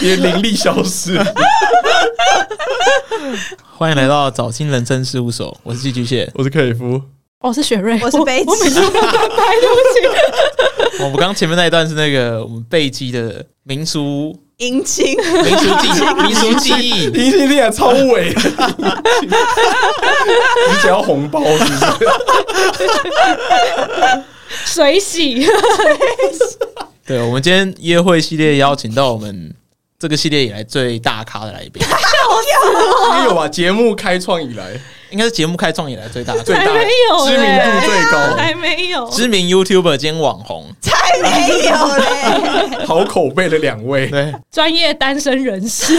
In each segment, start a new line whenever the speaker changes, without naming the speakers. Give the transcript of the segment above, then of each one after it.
因为灵力消失。
欢迎来到早新人生事务所，我是寄居 蟹。
我是克里夫，
我哦是雪瑞，
我是北极
我每次都翻拍，对 不起。
我们刚前面那一段是那个我们贝基的民俗
姻亲，
民俗记民俗记忆，
银杏听起来超伪，你想要红包是不是？
水洗，
对我们今天约会系列邀请到我们这个系列以来最大咖的来宾，
应该有吧？节目开创以来
应该是节目开创以来最大
最
最
大
还没有欸
知名度最高，
还没有。
知名 YouTuber 兼网红，
才没有嘞！
好口碑的两位，
对，
专业单身人士，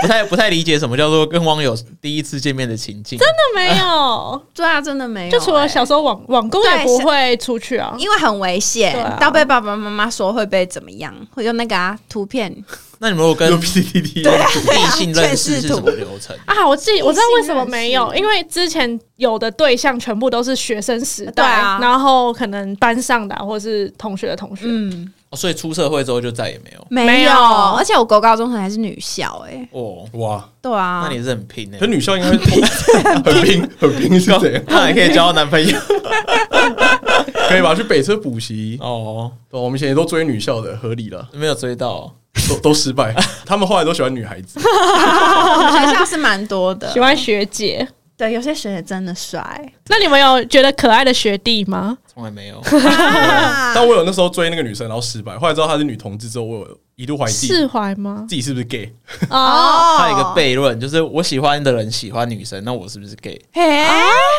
不太不太理解什么叫做跟网友第一次见面的情境，真的
真的没有。
对啊，真的没有、
就除了
欸
小，时候网网工也不会出去啊。
因为很危险，
对啊
到被爸爸妈妈说会被怎么样，会用那个啊图片。
那你们如果
有
跟
PPT，
异性认识是什么
劝世
流程？
啊，我自己我知道为什么没
异性
有，
认识
因为之前有的对象全部都是学生时代，
对啊
然后可能班上的啊或是同学的同学，
嗯，
哦所以出社会之后就再也没有
没
没有
有，而且我国高中还是女校、哎，
哦。
哇，
对啊
那，你是很拼欸的、
可女校应该很 拼，很拼是怎样？
那还可以交到男朋友
可以吧？去北车补习，
哦，
对啊我们以前也都追女校的，合理了，
没有追到，
都都失 败。他们后来都喜欢女孩子，
学校是蛮多 的
喜。欢学姐。
对，有些学姐真的帅，
那你们有觉得可爱的学弟吗？
从来 没有。
啊
但我有那时候追那个女生，然后失败，后来知道她是女同志之后，我有一度怀疑自己
释怀吗
自？己是不是 gay。
哦，
他有一个，悖论，就是我喜欢的人喜欢女生，那我是不是 gay？
嘿，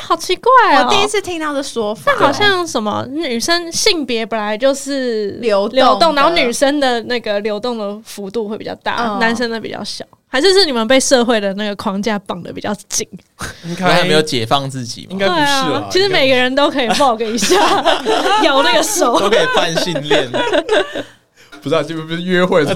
好奇怪哦！
哎我第一次听到这说法，欸
但好像什么女生性别本来就是
流动
流动，
的
然后女生的那个流动的幅度会比较大，
嗯
男生的比较小，还是是你们被社会的那个框架绑的比较紧？
应
我还没有解放自己
应
嘛，
该不
对
是
啊
啦。，
其实每个人都可以抱个 一下，摇那个手。
都可以泛性恋。
不是啊，这不是约会，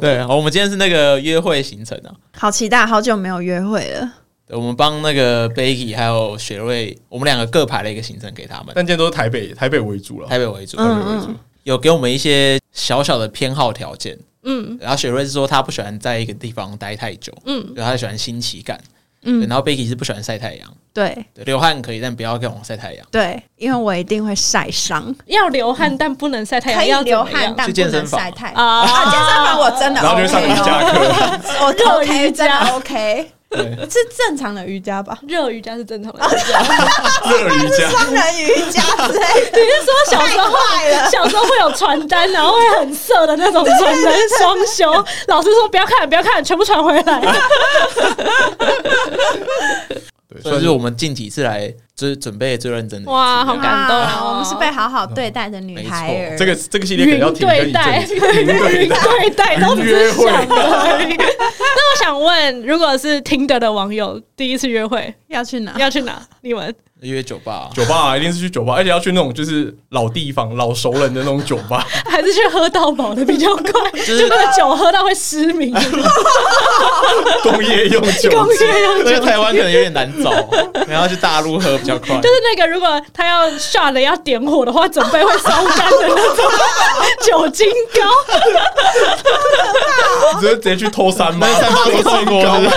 对，好我们今天是那个约会行程啊，
好期待，好久没有约会了。
对我们帮那个 Becky 还有雪瑞，我们两个各排了一个行程给他们，
但今天都是台北，台北为主了。
台北为主，
嗯
有给我们一些小小的偏好条件。
嗯
然后雪瑞是说他不喜欢在一个地方待太久，
嗯
对，他喜欢新奇感。对
嗯，
然后 Becky 是不喜欢晒太阳，
对
对，流汗可以，但不要跟我晒太阳。
对，因为我一定会晒伤。
要流汗但不能晒太阳，要怎么样
去健身房
太阳。啊，
啊
健身房我真的 OK 哦，
然后就上瑜伽课，
我
热
OK
瑜
真
伽
的 OK，
对，
是正常的瑜伽吧？
热瑜伽是正常 的。你是
热瑜伽，
双人瑜伽之类的，
说小 时候
太快了
小时候会有传单，然后会很色的那种传单，双休。老师说不要看，不要看，全部传回来。
对，
所
算
以
是
是
我
我们近几次来就是准备最认真的一次。
哇好感动
啊
哦
我们是被好好对待的女孩
没
儿。
这个这个系列可能要停更一阵子，
云
停对
对
待，
对对，都只是
约
想
会
而已。 那我想问，如果是听的的网友第一次约会
要去哪？
要去哪？你们
约酒吧，
酒吧、啊、一定是去酒吧，而且要去那种就是老地方、老熟人的那种酒吧。
还是去喝到饱的比较快，
是
就那个酒喝到会失 明。
工业用酒，
工业用
因
酒
为台湾可能有点难找，你要去大陆喝比较快
就。是那个，如果他要下了要点火的话，准备会烧干的那 种酒精膏，
你直接直接去偷三吗？
那三八不是中国人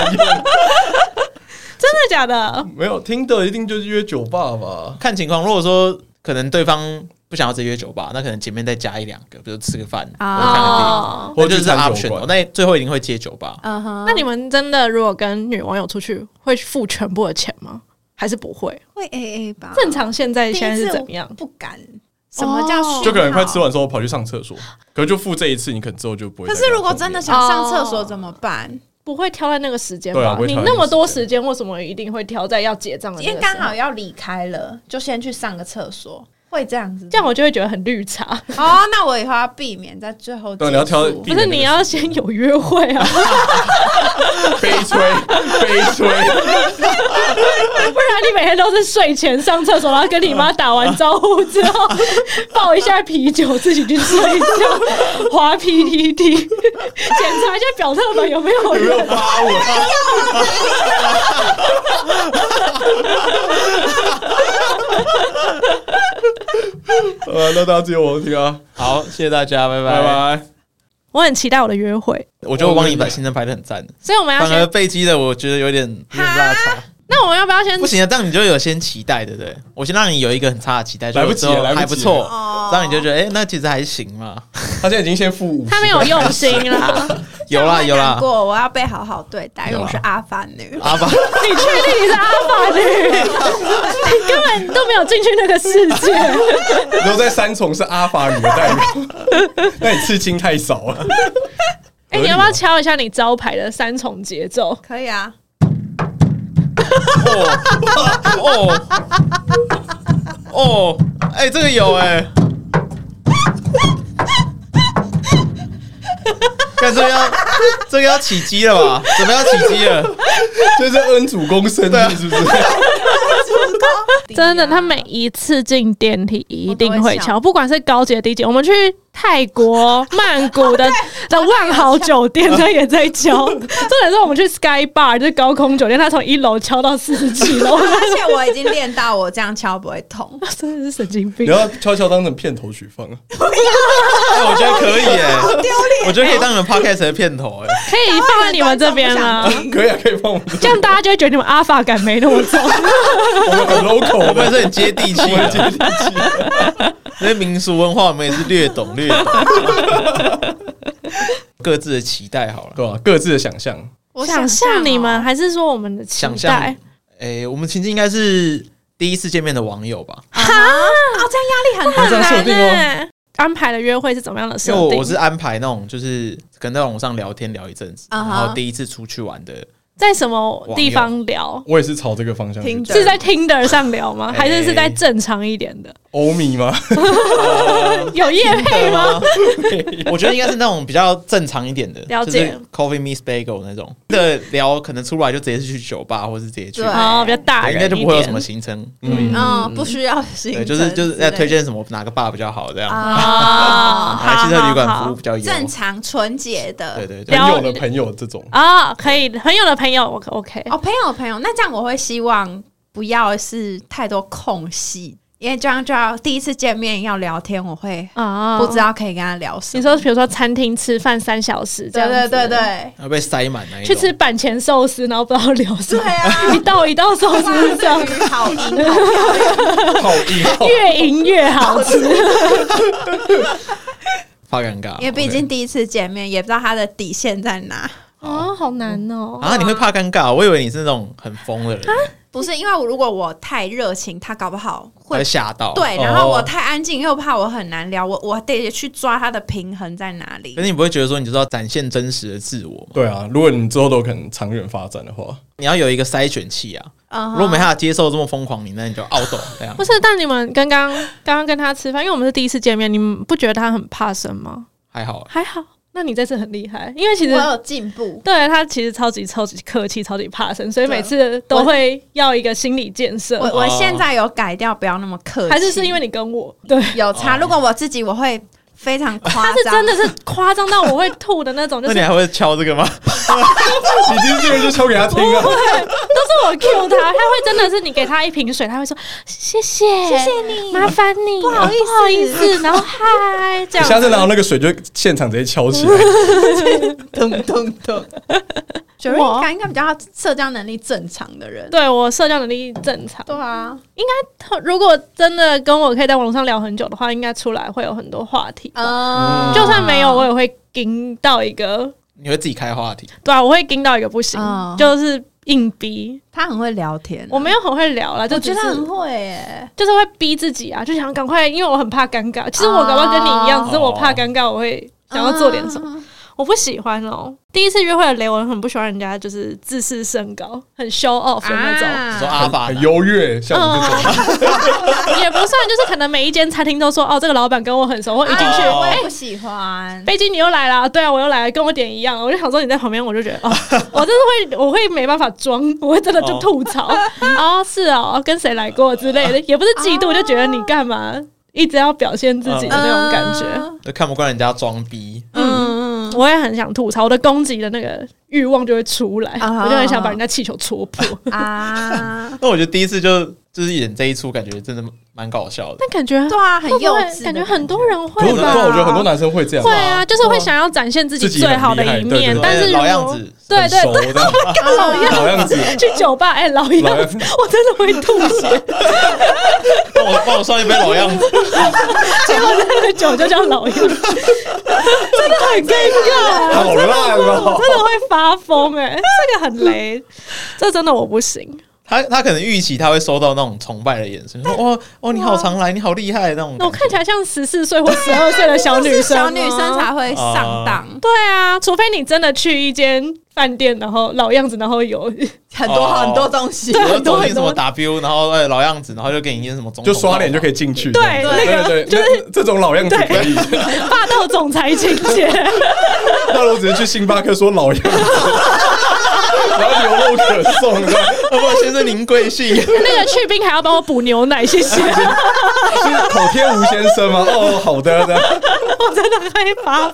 真的假的？
没有听的一定就是约酒吧吧？
看情况，如果说可能对方不想要直接约酒吧，那可能前面再加一两个，比如吃个饭、
啊
或者看个电影，
哦，
或
或
者
者
去
是
餐酒
option。
馆，
那最后一定会接酒吧，
嗯哼，
那你们真的如果跟女网友出去，会付全部的钱吗？还是不会？
会 AA 吧？
正常现在
第一
现在是
次
怎么样
我？不敢。什么叫
哦
就可能快吃。完之后跑去上厕所，可能就付这一次，你可能之后就不会再
可
跟他
是
碰面。
如果真的想上厕所怎么办？
不会挑在那个时间
对啊
吧？
不会
你
挑在那个
那么多
时间
时间，为什么一定会挑在要结账的那
因
个
为
时候？
刚好要离开了，就先去上个厕所，会这样子吗。
这样，我就会觉得很绿茶。
哦，那我以后要避免在最后结
对
束。
你要挑避
不
免
是
那个
你要先有 约会啊，
悲 催，悲催，
不然你每天都是睡前上厕所，然后跟你妈打完招呼之后，抱一下啤酒自己去睡觉，滑 PPT，检查一下表特们有没有
有没有
人。
发我？呃，那大家自由听啊，
好，谢谢大家，拜
拜
拜。
拜。
我很期待我的约会，
我觉得我帮你把行程排的很赞的，
所以我们要
反而
先，
被击的我觉得有点有点落差。
那我们要不要先
不行啊，这样你就有先期待，对不对？我先让你有一个很差的期待，
来不及了
就之后
来不及了
还不错，
哦
这样你就觉得哎、那其实还行嘛。
他现在已经先付五，
他没有用心啦，
有啦有啦，
过我要被好好对待，因为
有啦
我是阿凡女。
阿爸，
你确定你是阿法女？你根本都没有进去那个世 界。
留在三重是阿法女的代表，那你刺青太少了。
哎、你要不要敲一下你招牌的三重节奏？
可以啊，
哦哦哦，哎、这个有哎、看这个要这个要起鸡了吧？怎么要起鸡了？
就是恩主公生
对啊
日是不是？
真的，他每一次进电梯一定会敲，不管是高级的低级，我们去泰 国曼谷的的万豪酒店，他也在敲。重点是我们去 Sky Bar，就是高空酒店，他从一楼敲到四十几 楼，
而且我已经练到我这样敲不会 痛。
真的是神经
你
病。
要悄悄当成片头曲放啊！
哎、我觉得可以哎、我觉得可以当你们 podcast 的片头哎、
可以放在你们这边啦、
台湾人
可以啊，可以放我们
这样大家就会觉得你们阿法感没那么重。
我们很 local
我
的，
们是很啊接地气
我们接
的，
地气。
那些民俗文化我们也是略懂略懂。 各自的期待好了，
对吧、啊各自的想象，
我
想象
象
你们，
哦
还是说我们的期
想象
待？
哎、我们情境应该是第一次见面的网友吧？
啊，哦这样压力很大。
这样设定
很
哦。
难欸安排的约会是怎么样的设
因为我
定？
我是安排那种就是跟在网上聊天聊一阵子
啊哈
然后第一次出去玩的，
在什么地方聊？
我也是朝这个方向去
听
走。
着
是在 Tinder 上聊吗？
哎
还是是在正常一点的？
欧米吗？
啊
有夜配吗？
我觉得应该是那种比较正常一点的，
了解
就是 Coffee Meets Bagel 那种的聊，可能出来就直接是去酒吧或是直接去，
对啊
对
哦，比较大
应
人一点
该就不会有什么行程，
嗯，
嗯，不需要
对，
行程之
就
类的，
是就是在推荐什么哪个 bar 比较好这样，
啊。
啊，
哪个汽车旅馆服务
务
比较优，
哦正常纯洁的。
对对对，
朋
聊
友的朋友这种，
啊，可以朋友的朋友，我 OK。
哦，朋友朋友，那这样我会希望不要是太多空隙，因为这样就要第一次见面要聊天，我会
啊，
哦不知。道可以跟他聊什
你
么。
说，比如说餐厅吃饭三小时这
对
样子，
对对对
啊要被塞满那一
去
种。
吃板前寿司，然后不知道聊什
对
么，
啊！
一道一道寿司是这 样，
哇好硬哦好硬
好硬哦。
越赢越好吃。
怕尴尬，
因为毕
OK
竟第一次见面，也不知道他的底线在哪。
哦，好难哦。
啊，你会怕尴尬？我以为你是那种很疯的人，
啊
啊
不是因为我如果我太热情，他搞不好会
会吓到。，
对，
哦
然后我太安静又怕我很难聊，我我得去抓他的平衡在哪里
可。是你不会觉得说你就是要展现真实的自我吗？
对啊，如果你之后都可能长远发展的话，
你要有一个筛选器啊。
嗯
如果没办法接受这么疯狂你，那你就 out 这样
哦不。是，但你们刚刚刚刚跟他吃饭，因为我们是第一次见面，你们不觉得他很怕生吗？
还好，啊
还好，那你这次很厉害，因为其实
我有进步，
对他其实超级超级客气，超级怕生，所以
对
每次都会要一个心理建
我
设。
我现在有改掉，不要那么客气。
还是是因为你跟我对，
有差？如果我自己，我会非常夸
他
张。
是真的是夸张到我会吐的 那种，就
那
是
你还会敲这个吗？
你今天这个就敲给他听啊。
都是我 Q 他，他会真的是你给他一瓶水，他会说谢谢谢谢你，麻烦你，不
好意思
不好意思，然后嗨这
你
样
下次拿
子。
到那个水就现场直接敲起来，
噔噔噔，
九
我
瑞应该比较社交能力正常的人。
对我社交能力正常，
对啊，
他如果真的跟我可以在网络上聊很久的话，应该出来会有很多话题。
嗯，
就算没有，我也会盯到一个，
你会自己开话题，
对啊，我会盯到一个不行，
嗯
就是硬逼。
他很会聊天啊，
我没有很会聊啦，就
我
只
觉
是
得很会耶。
就是会逼自己啊，就想赶快，因为我很怕尴尬。其实我搞不好跟你一样，
哦
只是我怕尴尬，我会想要做点什么。
么？
我不喜欢哦，第一次约会的雷文很不喜欢人家就是自视甚高、很 show off 的那种。
你说
啊，
阿法
很优越，
嗯
像我们这种。
也不算，就是可能每一间餐厅都说哦，这个老板跟我很熟，我一进去，
哦
我
哎、
也不喜欢。
飞机你又来了，对啊，我又来了，跟我点一样。我就想说你在旁边，我就觉得 哦，我真的会，我会没办法装，我会真的就吐槽 啊、哦是哦，跟谁来过之类的，也不是嫉妒，就觉得你干嘛一直要表现自己的那种感觉。
嗯
就看不惯人家装逼，
嗯嗯，
我也很想吐槽，我的攻击的那个欲望就会出来，
啊
我就很想把人家气球戳破。
啊，
嗯那我觉得第一次就就是演这一出，感觉真的蛮搞笑的。
但感觉
对啊，很
会不
幼
会
稚的
感
感
觉
觉，
很多人
可我
嗯啊会
觉得，
吧？
对我觉得很多男生会这样
会，啊，就是会想要展现自己
哦自己很
最好的
厉害
一
对对
面，
对
但是如
老
果
样子，
对对
很熟的，
老 样
老样子。
去酒吧，哎、老样
老样
子， 我真的会吐血，
帮我帮我上一杯老样子，
结果那个酒就叫老样子，真的很尴尬，
好烂
我
哦！
真的会发疯哎、这个很雷，这真的我不行。
他他可能预期他会收到那种崇拜的眼神，说哦哦你好常来，你好厉害那种感觉。
那我看起来像十四岁或十二岁的小女生，啊
小女生才。会上当，
对啊，除非你真的去一间饭店，然后老样子，然后有
很
哦
多很多东西。
我要
很多
走进
很
什
多
么 W，然后哎老样子，然后就给你念什么总
就
统
刷脸就可
以。
以进去，
对
对
那个
对对，
就是
那这种老样子可以。
霸道总裁情节，
那我只是去星巴克说老样子，然后牛肉可颂，这样
哦不，先生您贵姓？
那个去冰还要帮我补牛奶，谢 谢，我
是口天吴先生吗？哦，好的，这样
真的害怕。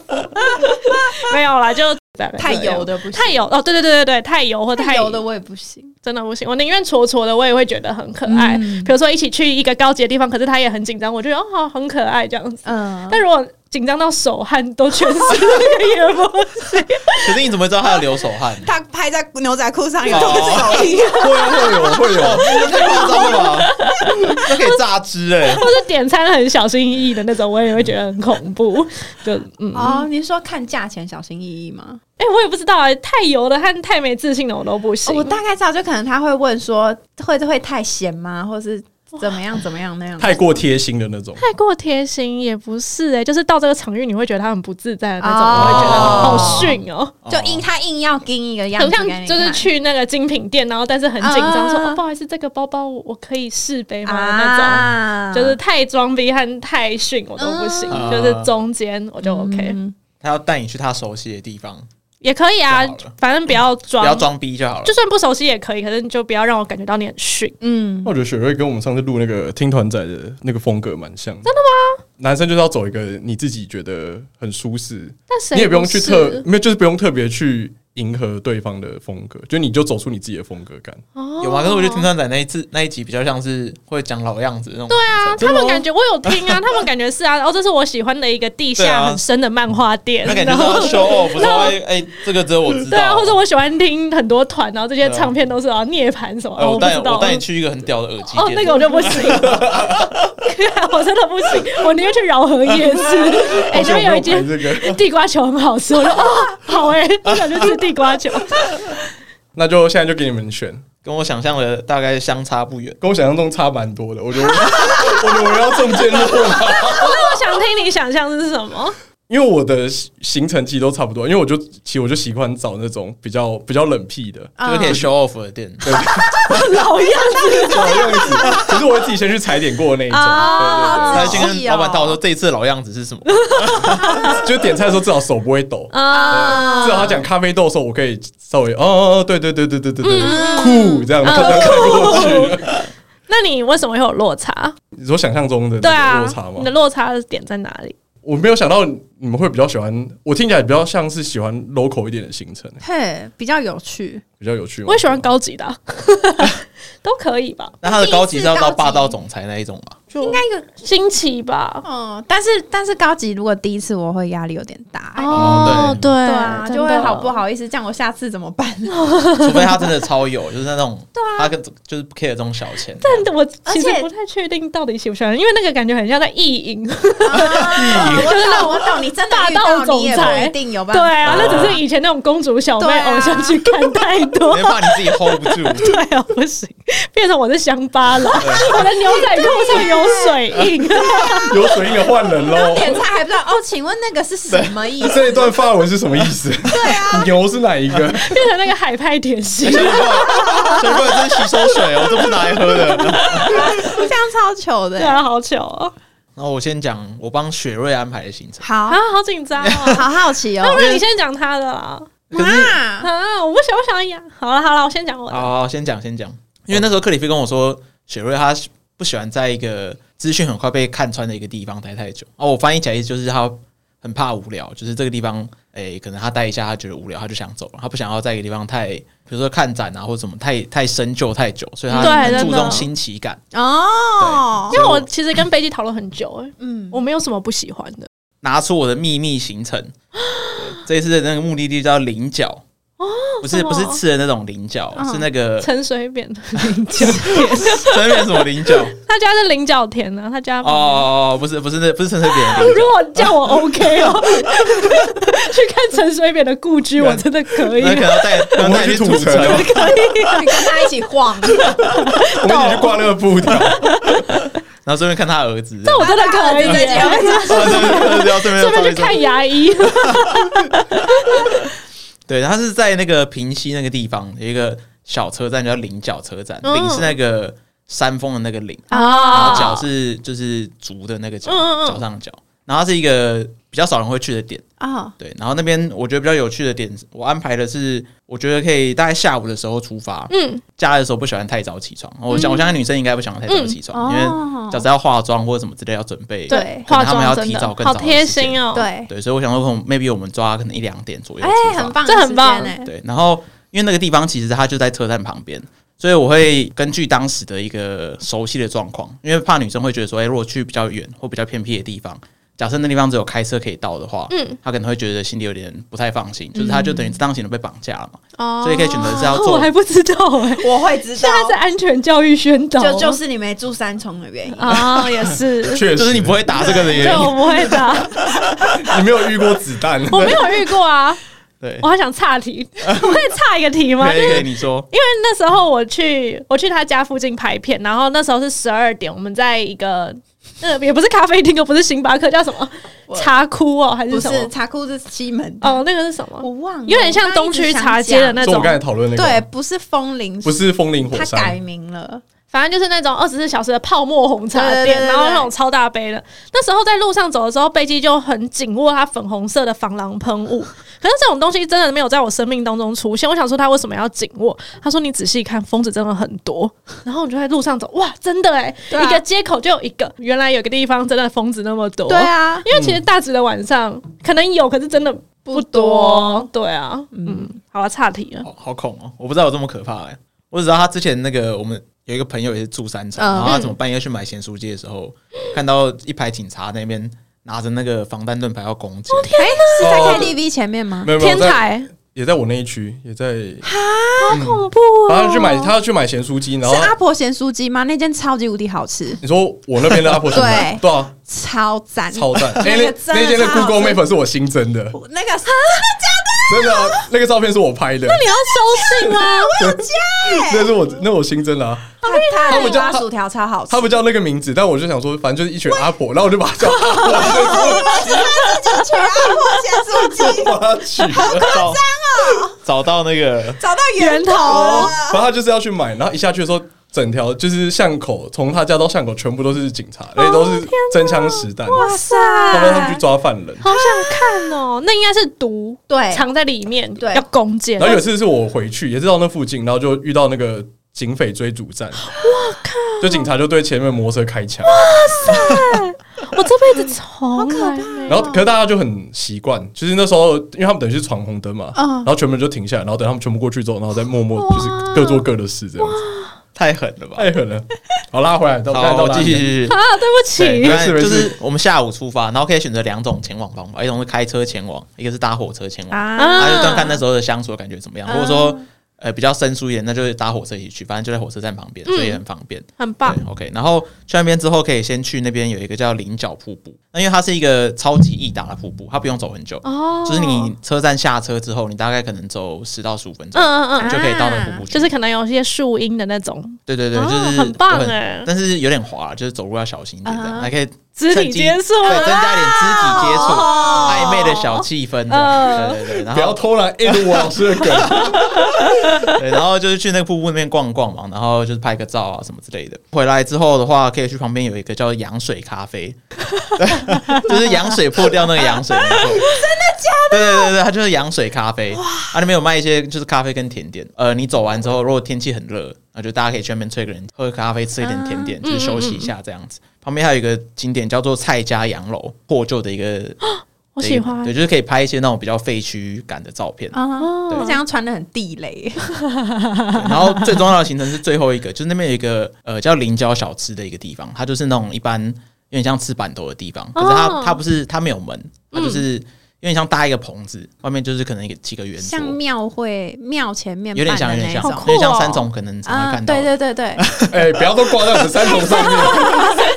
没有啦，就
太油的不行
太油哦，对对对对对，太油或
太
太
油的我也不行，
真的不行，我宁愿挫挫的，我也会觉得很可爱。
嗯
比如说一起去一个高级的地方，可是他也很紧张，我觉得哦好很可爱这样子。
嗯，
但如果紧张到手汗都全 是，那个也不
可是你怎么会知道他有流手汗？
他拍在牛仔裤上有
哦
会啊会有会有，
这哦太夸张了吧？那可以榨汁哎、
或是点餐很小心翼翼的那种，我也会觉得很恐怖。就嗯，哎、
哦，你是说看价钱小心翼翼吗？
我也不知道哎、太油的和太没自信的我都不行。
哦我大概知道，就可能他会问说，会会太咸吗，或是怎么样怎么样那样。
太过贴心的那种。
太过贴心也不是哎、就是到这个场域你会觉得他很不自在的那种，
哦
我会觉得好逊哦、
就硬他硬要盯一个 样
很
子给你
像
看，
就是去那个精品店，然后但是很紧张，
啊
说、哦、不好意思，这个包包我我可以试背吗？那
啊
种就是太装逼和太逊我都不行，
啊
就是中间我就 OK、
嗯
他要带你去他熟悉的地方，
也可以啊
就好了，
反正不要
不
装，
要装逼就好了
就。算不熟悉也可以，可是你就不要让我感觉到你很逊。
嗯，
那我觉得雪瑞跟我们上次录那个听团仔的那个风格蛮像，真的吗？男生就是要走一个你自己觉得很舒适，
但谁
你也不用去
是
特，没有就是不用特别去迎合对方的风格，就你就走出你自己的风格感。
哦
有吗？可是我觉得听团仔那一次那一集比较像是会讲老样子那种。对
啊，他们感觉我有听啊，他们感觉是啊，哦，这是我喜欢的一个地
对
下
啊
很深的漫画店，
他感觉
然
是啊
后
要 show off，不是会哎、这个只有我知道。
对啊，或者我喜欢听很多团，然后这些
对啊
唱片都是啊涅槃什么，
哎、
哦
我
不
带
知道
我带你去一个很屌的耳机
哦，
店。
那个我就不行， 我真的不行，我宁愿去饶河夜 市，哎，就
好久没
有一
拍
间
这个，
地瓜球很好吃，我说哦，好哎，我想去吃地瓜 球，
那就现在就给你们选，
跟我想象的大概相差不远。
跟我想象中差蛮多的。我觉得我我觉得我要中间落马，
那我想听你想象是什么？
因为我的行程其实都差不多，因为我就其实我就喜欢找那种比较比较冷僻的。
就是
啊
可以 show off 的店，
老样子，
老样子，可是我会自己先去踩点过的那一种，
啊
他
对
会先跟老板道说这一次的老样子是什 么，
对对，就点菜的时候至少手不会抖，
嗯
啊
至少他讲咖啡豆的时候，我可以稍微哦哦哦，对对对对对对
嗯
对，酷这样看看过去。
那你为什么会有落差？
你说想象中的
对
那个
啊
落差，
你的
吗？
落差点在哪里？
我没有想到你们会比较喜欢，我听起来比较像是喜欢 local 一点的行程，
嘿，比较有趣。
比较有趣吗。
我也喜欢高级的啊、 都可以吧，
那他的高级是要到霸道总裁那一种吧？
应该有
新奇吧。
哦，但是但是高级，如果第一次我会压力有点大、欸
哦
对
对啊，就
真
会
的
好不好意思，这样我下次怎么 办？哦
除非他真的超 有，就是那种他跟就是不 care 这种小钱，
但我其实
而且
不太确定到底喜不喜欢，因为那个感觉很像在意淫。
啊我懂，我懂，你真的遇
霸道
到
总
你
裁
也不一定有办
对
法。
啊，那只是以前那种公主小妹
对啊
偶像剧看太多
你。怕你自己 hold 不住。
对啊，不行，变成我是乡巴佬，我的牛仔裤上有水 印。
有水印的换人喽。
点菜还不知道哦，请问那个是什么意思？
这一段发文是什么意思？对啊， 牛是哪一 个？
变成那个海派甜心
哎，小怪，小怪真吸收水哦，这不拿来喝的。
这样超糗的
对
欸。
啊，好糗哦！
然后我先讲我帮雪瑞安排的行程，
好
啊，好紧张 哦。
好好奇
那
哦
不。然你先讲他的啦。
可是
啊，
啊，我不想，我想要养。好了好了，我先讲我
好
的。
好好先讲先讲，因为那时候克里夫跟我说，雪瑞他不喜欢在一个资讯很快被看穿的一个地方待太久。哦，我翻译起来意思就是他很怕无聊，就是这个地方，诶、可能他待一下，他觉得无聊，他就想走了，他不想要在一个地方太，比如说看展啊或者什么太太深究太久，所以他
对
很注
真的
重新奇感。
哦，
因为我其实跟贝蒂讨论很久、哎，
嗯，
我没有什么不喜欢的。
拿出我的秘密行程，对 这一次的那个目的地叫菱角，不是
哦什么
不是吃的那种菱角，
嗯
是那个
陈水扁的
真面什么菱角？
他家是菱角田啊，他家
哦哦哦，不是不是那不是陈水扁的菱
如果 叫我 OK 哦， 去看陈水扁的故居，我真的可以
角，那可能要 带可能要带你去土城
啊我
哦
们。
你跟他一起晃，
我们一起去挂那个布条，
然后顺便看他儿子，
那我真的可以
这集
耶，
顺便
顺便去看。牙医。
对，他是在那个平西那个地方有一个小车站叫菱角车站，
嗯
菱是那个山峰的那个菱，然
啊
后角是就是竹的那个角，
嗯嗯嗯
脚上角。然后它是一个比较少人会去的点，
啊，
对。然后那边我觉得比较有趣的点，我安排的是，我觉得可以大概下午的时候出发。
嗯，
假日的时候不喜欢太早起床，我想我相信女生应该不喜欢太早起
嗯
床，因为
哦
假设要化妆或者什么之类要准备，
对
可能
化
他们要
妆真
提早
的
更
好
早的
贴
时间
心哦。，
对，
对，所以我想说，可能 maybe 我们抓可能一两点左右出
哎，
发
很棒的
这
时
很
间
棒
欸，
对，然后因为那个地方其实它就在车站旁边，所以我会根据当时的一个熟悉的状况，因为怕女生会觉得说，哎、如果去比较远或比较偏僻的地方，假设那地方只有开车可以到的话，嗯，她可能会觉得心里有点不太放心，就是她就等于当行人被绑架了嘛，
哦
所以可以选择是 要
嗯我
坐
还不知道哎，
我会知
现在是安全教育宣导，哦
就就是你没住三重的原因，
啊，也是。
确实
就是你不会打这个的原
这我
因，
不会 打，
你没有遇过子弹，
我没有遇过啊！
对
我，还想 岔题，我可以岔一个题吗？
可
就
以
是
可以，你说，
因为那时候我去我去他家附近拍片，然后那时候是十二点，我们在一个呃也不是咖啡厅，又不是星巴克，叫什么茶窟哦还
不
是什
是
么？
茶库是西门的，
哦，那个是什么？
我忘了，
有点像东区茶街的那
就我
种
们，刚才讨论那
对，
个，
不是风铃，
不是风林火
他改
山，
名了，
反正就是那种二十四小时的泡沫红茶
对对
店，
对对
然后那种超大杯的。那时候在路上走的时候，贝基就很紧握他粉红色的防狼喷雾。 可是这种东西真的没有在我生命当中出现。我想说他为什么要紧握？他说你仔细看，疯子真的很多。 然后我就在路上走，哇，真的哎、
对啊
一个街口就有一个。原来有个地方真的疯子那么
哦
多。
对，啊，
因为其实大直的晚上可能有，可是真的不
不
多。
多
对啊，嗯，好了，岔题了。
好好恐哦，我不知道有这么可怕哎、我只知道他之前那个我们有一个朋友也是住山城，
嗯
然后他怎么半夜去买咸酥鸡的时候，看到一排警察那边拿着那个防弹盾牌要攻击，
哎，是在
哦
KTV 前面吗？
没有没有
天
在
台
也在我那一区，也在，
好恐怖
啊
哦！
然后他去买他要去买咸酥鸡，然后
是阿啊婆咸酥鸡吗？那间超级无敌好吃，
你说我那边的阿婆什么？
对
对啊，
超赞，
超赞！哎，
那个
那
真的
那间的
超好
Google
吃
Map 是我新增的，
那个
真的啊，那个照片是我拍的，
你要收 信吗？
那是我那我新增的啊。
他
他
他
们
们
叫
家薯条超好吃，
他不叫那个名字，但我就想说，反正就是一群阿婆，然后我就把它叫阿婆，
去阿婆咸酥 鸡，
把它取 了。
找
哦
找到那个
找到源头，
反正他就是要去买，然后一下去的时候，整条就是巷口，从他家到巷口全部都是警察，
哦
而且都是真枪实弹，
哇塞，
他们他们去抓犯人。
好想看哦！那应该是毒
对，
藏在里面，
对
要攻坚。
然后有一次是我回去，也是到那附近，然后就遇到那个警匪追逐战，哇靠！就警察就对前面摩托车开枪，
我这辈子从来没
然后可是大家就很习惯，就是那时候因为他们等于是闯红灯嘛，然后全部人就停下来，然后等他们全部过去之后，然后再默默就是各做各的事这样子。
太狠了吧？
太狠了！好，拉回来，到
好，
到
我继续继。续。
啊，对不
对，
起
没
原
事
来
没
就
事
是我们下午出发，然后可以选择两种前往方法，一种是开车前往，一个是搭火车前往。
啊，嗯
那就看
啊！
看那时候的相处的感觉怎么样。如果说呃比较生疏一点，那就是搭火车一起去，反正就在火车站旁
嗯
边，所以也很方便。
很棒
对，OK。然后去那边之后，可以先去那边有一个叫菱角瀑布，那因为它是一个超级易达的瀑布，它不用走很久，
哦，
就是你车站下车之后，你大概可能走十到十五分钟。
嗯嗯嗯，
啊
就可以到那个瀑布去，
就是可能有一些树荫的那种，
对对对，
哦
就是
很棒
有
哎
但是有点滑，就是走路要小心一点，这样还可以
肢
趁
体
机
接触
对，增
啊。
加一点肢体接触，
哦
暧昧的小气氛这
嗯
样，对对对，然
不要
后
偷懒，一直我老师的梗。
对，然后就是去那个瀑布那边逛逛嘛，然后就是拍个照啊什么之类的。回来之后的话，可以去旁边有一个叫羊水咖啡， 对就是羊水破掉那个羊水， 没错。对对对对，它就是羊水咖啡，它里面有卖一些就是咖啡跟甜点。呃，你走完之后，如果天气很热，那就大家可以去那边吹个人，喝咖啡，吃一点甜点，
嗯
就是休息一下这样子。旁边还有一个景点叫做蔡家洋楼，破旧的一个
我喜欢
对，就是可以拍一些那种比较废墟感的照片。
啊，
哦
他这样穿的很地雷，
然后最重要的行程是最后一个，就是那边有一个呃叫菱角小吃的一个地方，它就是那种一般有点像吃板豆的地方，可是它、
哦
它不是它没有门，它
嗯
就是有点像搭一个棚子，外面就是可能一个几个圆桌
像，庙会庙前面
有点
办
像
的
有点
那
像，
种
好酷
有点像
哦
三重可能常会
啊，
看到的。
对对对 对，
哎，不要都挂在我们三重上面。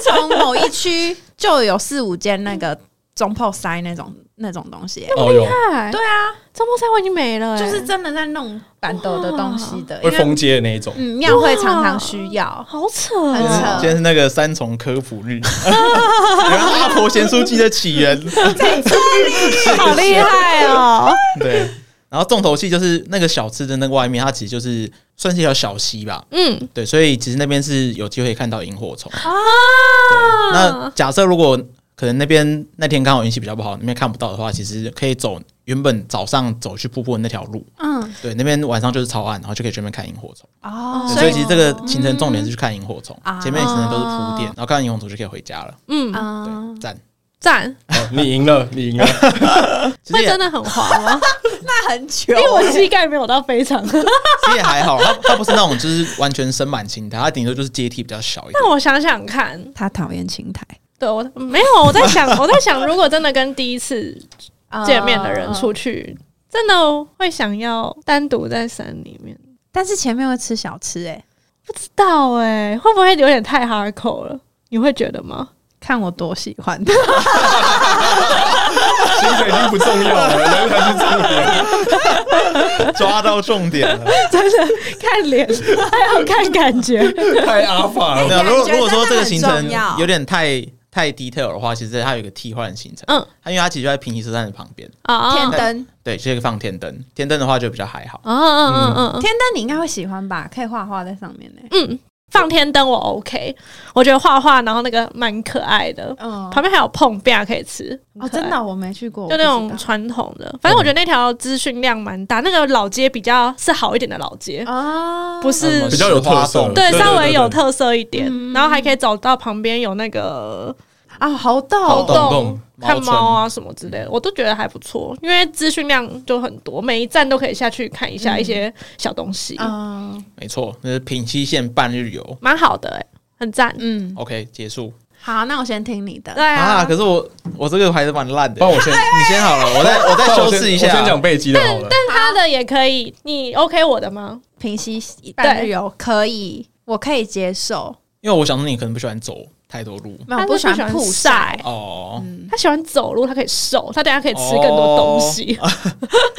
从某一区就有四五间那个中炮塞那种那种东西，
哦哟，
哎，
对啊，
中波山我已经没了、哎
就是真的在弄，
板豆的东西的，
会
因为
封街的那一种。
嗯，庙会常常需要，
好扯哦、
很扯
今天是那个三重科普日， 然后阿婆咸酥鸡的起源，
好厉害哦！
对。然后重头戏就是那个小吃的那个外面，它其实就是算是一条小溪吧，
嗯
对，所以其实那边是有机会看到萤火虫。
啊，
那假设如果可能那边那天刚好运气比较不好，那边看不到的话，其实可以走原本早上走去瀑布的那条路，
嗯，
对，那边晚上就是超暗，然后就可以全面看萤火虫。
哦
对
所
嗯所以
以
其实这个行程重点是去看萤火虫，
啊
前面的行程都是铺垫，然后看完萤火虫就可以回家了。
嗯，
嗯，
对，赞。
赞，
哦你赢了，你赢了。
其实
会
也
真的很滑 吗？
那很久
因为我膝盖没有到非常，
其实也还好，它它不是那种就是完全深满青苔，它顶多就是阶梯比较小一点
但。我想想看，
他讨厌青苔，
对我没有，我在想，我在想，如果真的跟第一次
啊
见面的人出
去，
去，真的会想要单独在山里面。
但是前面会吃小吃，哎，
不知道哎、会不会有点太 hardcore 了？你会觉得 吗？
看我多喜欢，
薪水已经不重要了，人才是重点。
抓到重点了。
真的看脸，还要看感觉。
太阿法了，
对啊，如果
感觉
如果说这个行
真的
程
很重要
有点太太 detail 的话，其实它有一个替换行程。
嗯
它因为它其实就在平行车站的旁边，
啊
天
啊
灯，
对，这个放天灯，天灯的话就比较还好。
啊
嗯嗯嗯嗯
天灯你应该会喜欢吧？可以画画在上面欸呢，
嗯，放天灯我 OK，我觉得画画，然后那个蛮可爱的，
嗯，
旁边还有碰壁啊可以吃，
哦，
很可爱
真的。我没去过，
就那种
我
传统的，反正我觉得那条资讯量蛮大，那个老街比较是好一点的老街
不知，道啊，
不
什
是
么
比较有特色
对
对
对
稍
对
微
对
有特色一点
嗯，
然后还可以找到旁边有那个
啊，好
好
逗，
洞
洞
看
村
猫啊什么之类的，我都觉得还不错，因为资讯量就很多，每一站都可以下去看一下一些小东西，
嗯
没错，那是平西县半日游。
蛮好的、欸，很赞。
嗯，
OK，结束
好，那我先听你的
对，啊，
啊！可是我我这个还是蛮烂的
帮，我先，
哎
你先好了，我再我再
帮
修
先
饰一下。
我先讲背肌的好了。
他的也可以，你 OK 我的吗？
平息一半日游可以，我可以接受，
因为我想说你可能不喜欢走太多路
没有，我
他
不
是
喜
不喜
欢
欢
曝
晒，
哦，
嗯
他喜欢走路，他可以瘦，他等下可以吃更多东西。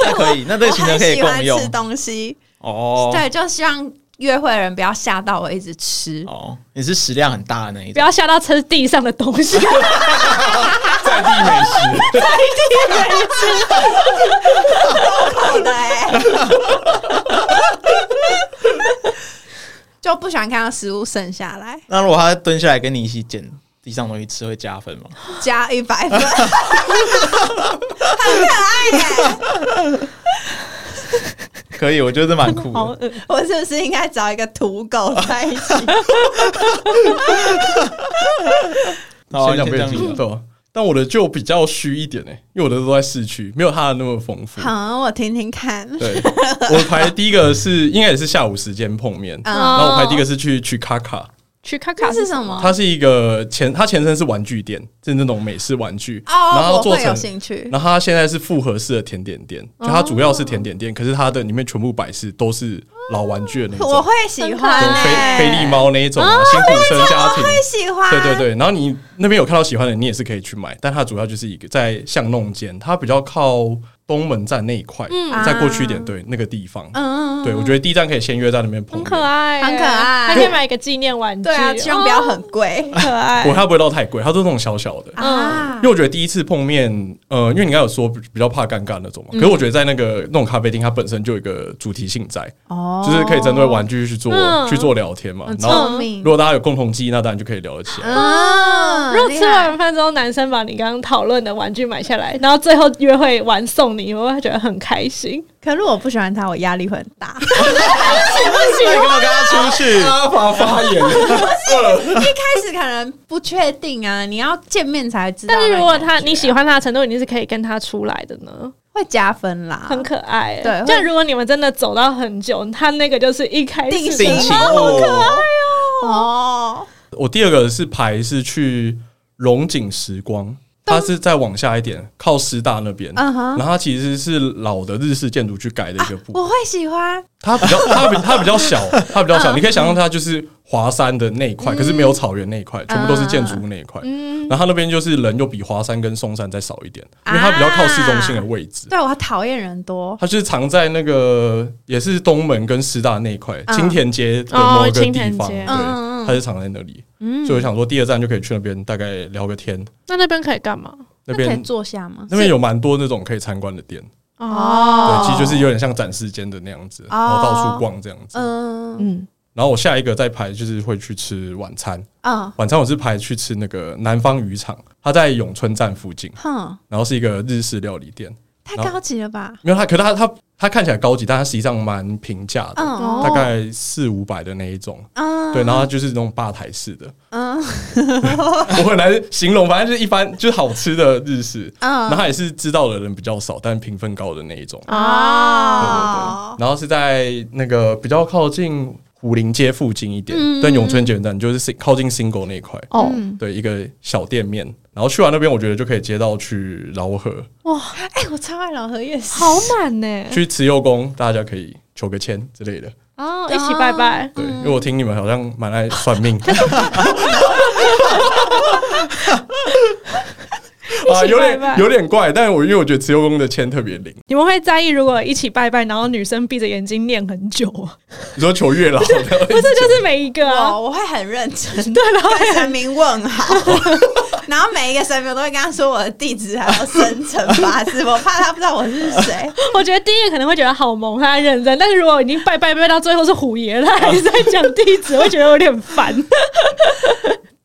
那可以，那这个行程可以
我很
共
喜欢
用
吃东西，
哦。
对，就希望约会的人不要吓到我一直吃。
哦，你是食量很大的那一
不
种，
要吓到吃地上的东西，
在地美食，
好的、欸，就不喜欢看到食物剩下来，
那如果他蹲下来跟你一起捡地上东西吃，会加分吗？
加一百分， 很可爱耶、
可以，我觉得这蛮酷
好
的。
嗯恶
我是不是应该找一个土狗在一起？
好
先讲
你
背
先
肌
讲你
的
的
对吧？但我的就比较虚一点哎、因为我的都在市区，没有他的那么丰富。
好，我听听看。
对，我排第一个是应该也是下午时间碰面，然
嗯，
后我排第一个是去去卡卡，
去看看
这是什么？
它是一个前它前身是玩具店，是那种美式玩具，然
哦，
后它
我
做
会有
成
兴趣。
然后它现在是复合式的甜点店，就它主要是甜点店，可是它的里面全部摆饰都是老玩具的那种，
我会喜欢、
什么
欸，
菲菲利猫那一种啊，辛苦生家庭。
哦会喜欢，
对对对，然后你那边有看到喜欢的，你也是可以去买，但它主要就是一个在巷弄间，它比较靠东门站那一块，
嗯
再过去一点，对那个地方，
嗯，嗯嗯，
对我觉得第一站可以先约在那边碰面，
很可爱欸，
很可爱
还可以买一个纪念玩具，
对啊，希望不要很贵
哦很可爱
我。它不会到太贵，它都是那种小小的，
啊
因为。我觉得第一次碰面，呃，因为你刚刚有说比比较怕尴尬那种嘛，
嗯
可是我觉得在那个那种咖啡厅，它本身就有一个主题性在，
哦
就是可以针对玩具去做、
嗯
去做聊天嘛。
很
然后
聪明
如果大家有共同记忆，那当然就可以聊得起来。
啊
如果吃完饭之后，男生把你刚刚讨论的玩具买下来，然后最后约会玩送你，你会不会觉得很开心？
可是我不喜欢他，我压力会很 大。
你跟我跟他出去，
阿法发言了，
一开始可能不确定啊，你要见面才知道那
但
个感觉啊。
是如果他你喜欢他的程度，你是可以跟他出来的呢，
会加分啦，
很可爱、欸。
啊对
就如果你们真的走到很久，他那个就是一开始
定
定
的
情物，
哦。
我第二个是排是去龙井时光，它是再往下一点，靠师大那边。
嗯哼啊哦
然后它其实是老的日式建筑去改的一个部分，
我会喜欢，
它 比较它比它比较小，它比较
嗯
小，你可以想象它就是华山的那一块，可是没有草原那一
嗯
块，全部都是建筑物那一块。然后它那边就是人又比华山跟松山再少一点，因为它比较靠市中心的位置。
对啊我讨厌人多，
它就是藏在那个也是东门跟师大那一块
嗯
青田街的某个
哦青
地
田
方，对，
街
嗯嗯嗯嗯
它是藏在那里。所以我想说，第二站就可以去那边大概聊个天。
那那边可以干嘛？
那
可以
边
坐下吗？
那边有蛮多那种可以参观的店，
哦
对，其实就是有点像展示间的那样子，然后到处逛这样子。
嗯
嗯，
然后我下一个再排就是会去吃晚餐，
嗯
晚餐我是排去吃那个南方渔场，它在永春站附近，
哼，
然后是一个日式料理店。
太
然后
高级了吧？
没有它，可是它它它看起来高级，但它实际上蛮平价的，
嗯
哦
大概四五百的那一种。
嗯，
对，然后它就是那种吧台式的，
嗯
我很难形容，反正就是一般就是好吃的日式。然
嗯
后它也是知道的人比较少，但评分高的那一种。
哦，
然后是在那个比较靠近虎林街附近一点，
嗯
但永春捷运站就是 sing- 靠近 single 那一块，
哦，
对，一个小店面。然后去完那边，我觉得就可以接到去饶河，
哎，我超爱老河夜市，
好满欸呢、
去慈幼宫，大家可以求个签之类的。
哦，一起拜拜。
嗯
对，因为我听你们好像蛮爱 算命。 啊，有
拜拜
点有点怪，但我因为我觉得慈幼宫的签特别灵，
你们会在意如果一起拜拜，然后女生闭着眼睛念很久吗？
你说求月 老，
不是，就是每一个啊。
哦 我我会很认 真，对，跟神明问好， 然后每一个神明我都会跟他说我的地址，还有生辰八字，我怕他不知道我是谁。
我觉得第一个可能会觉得好萌，他在认真；但是如果已经拜拜拜到最后是虎爷，他还是在讲地址，会觉得有点 烦。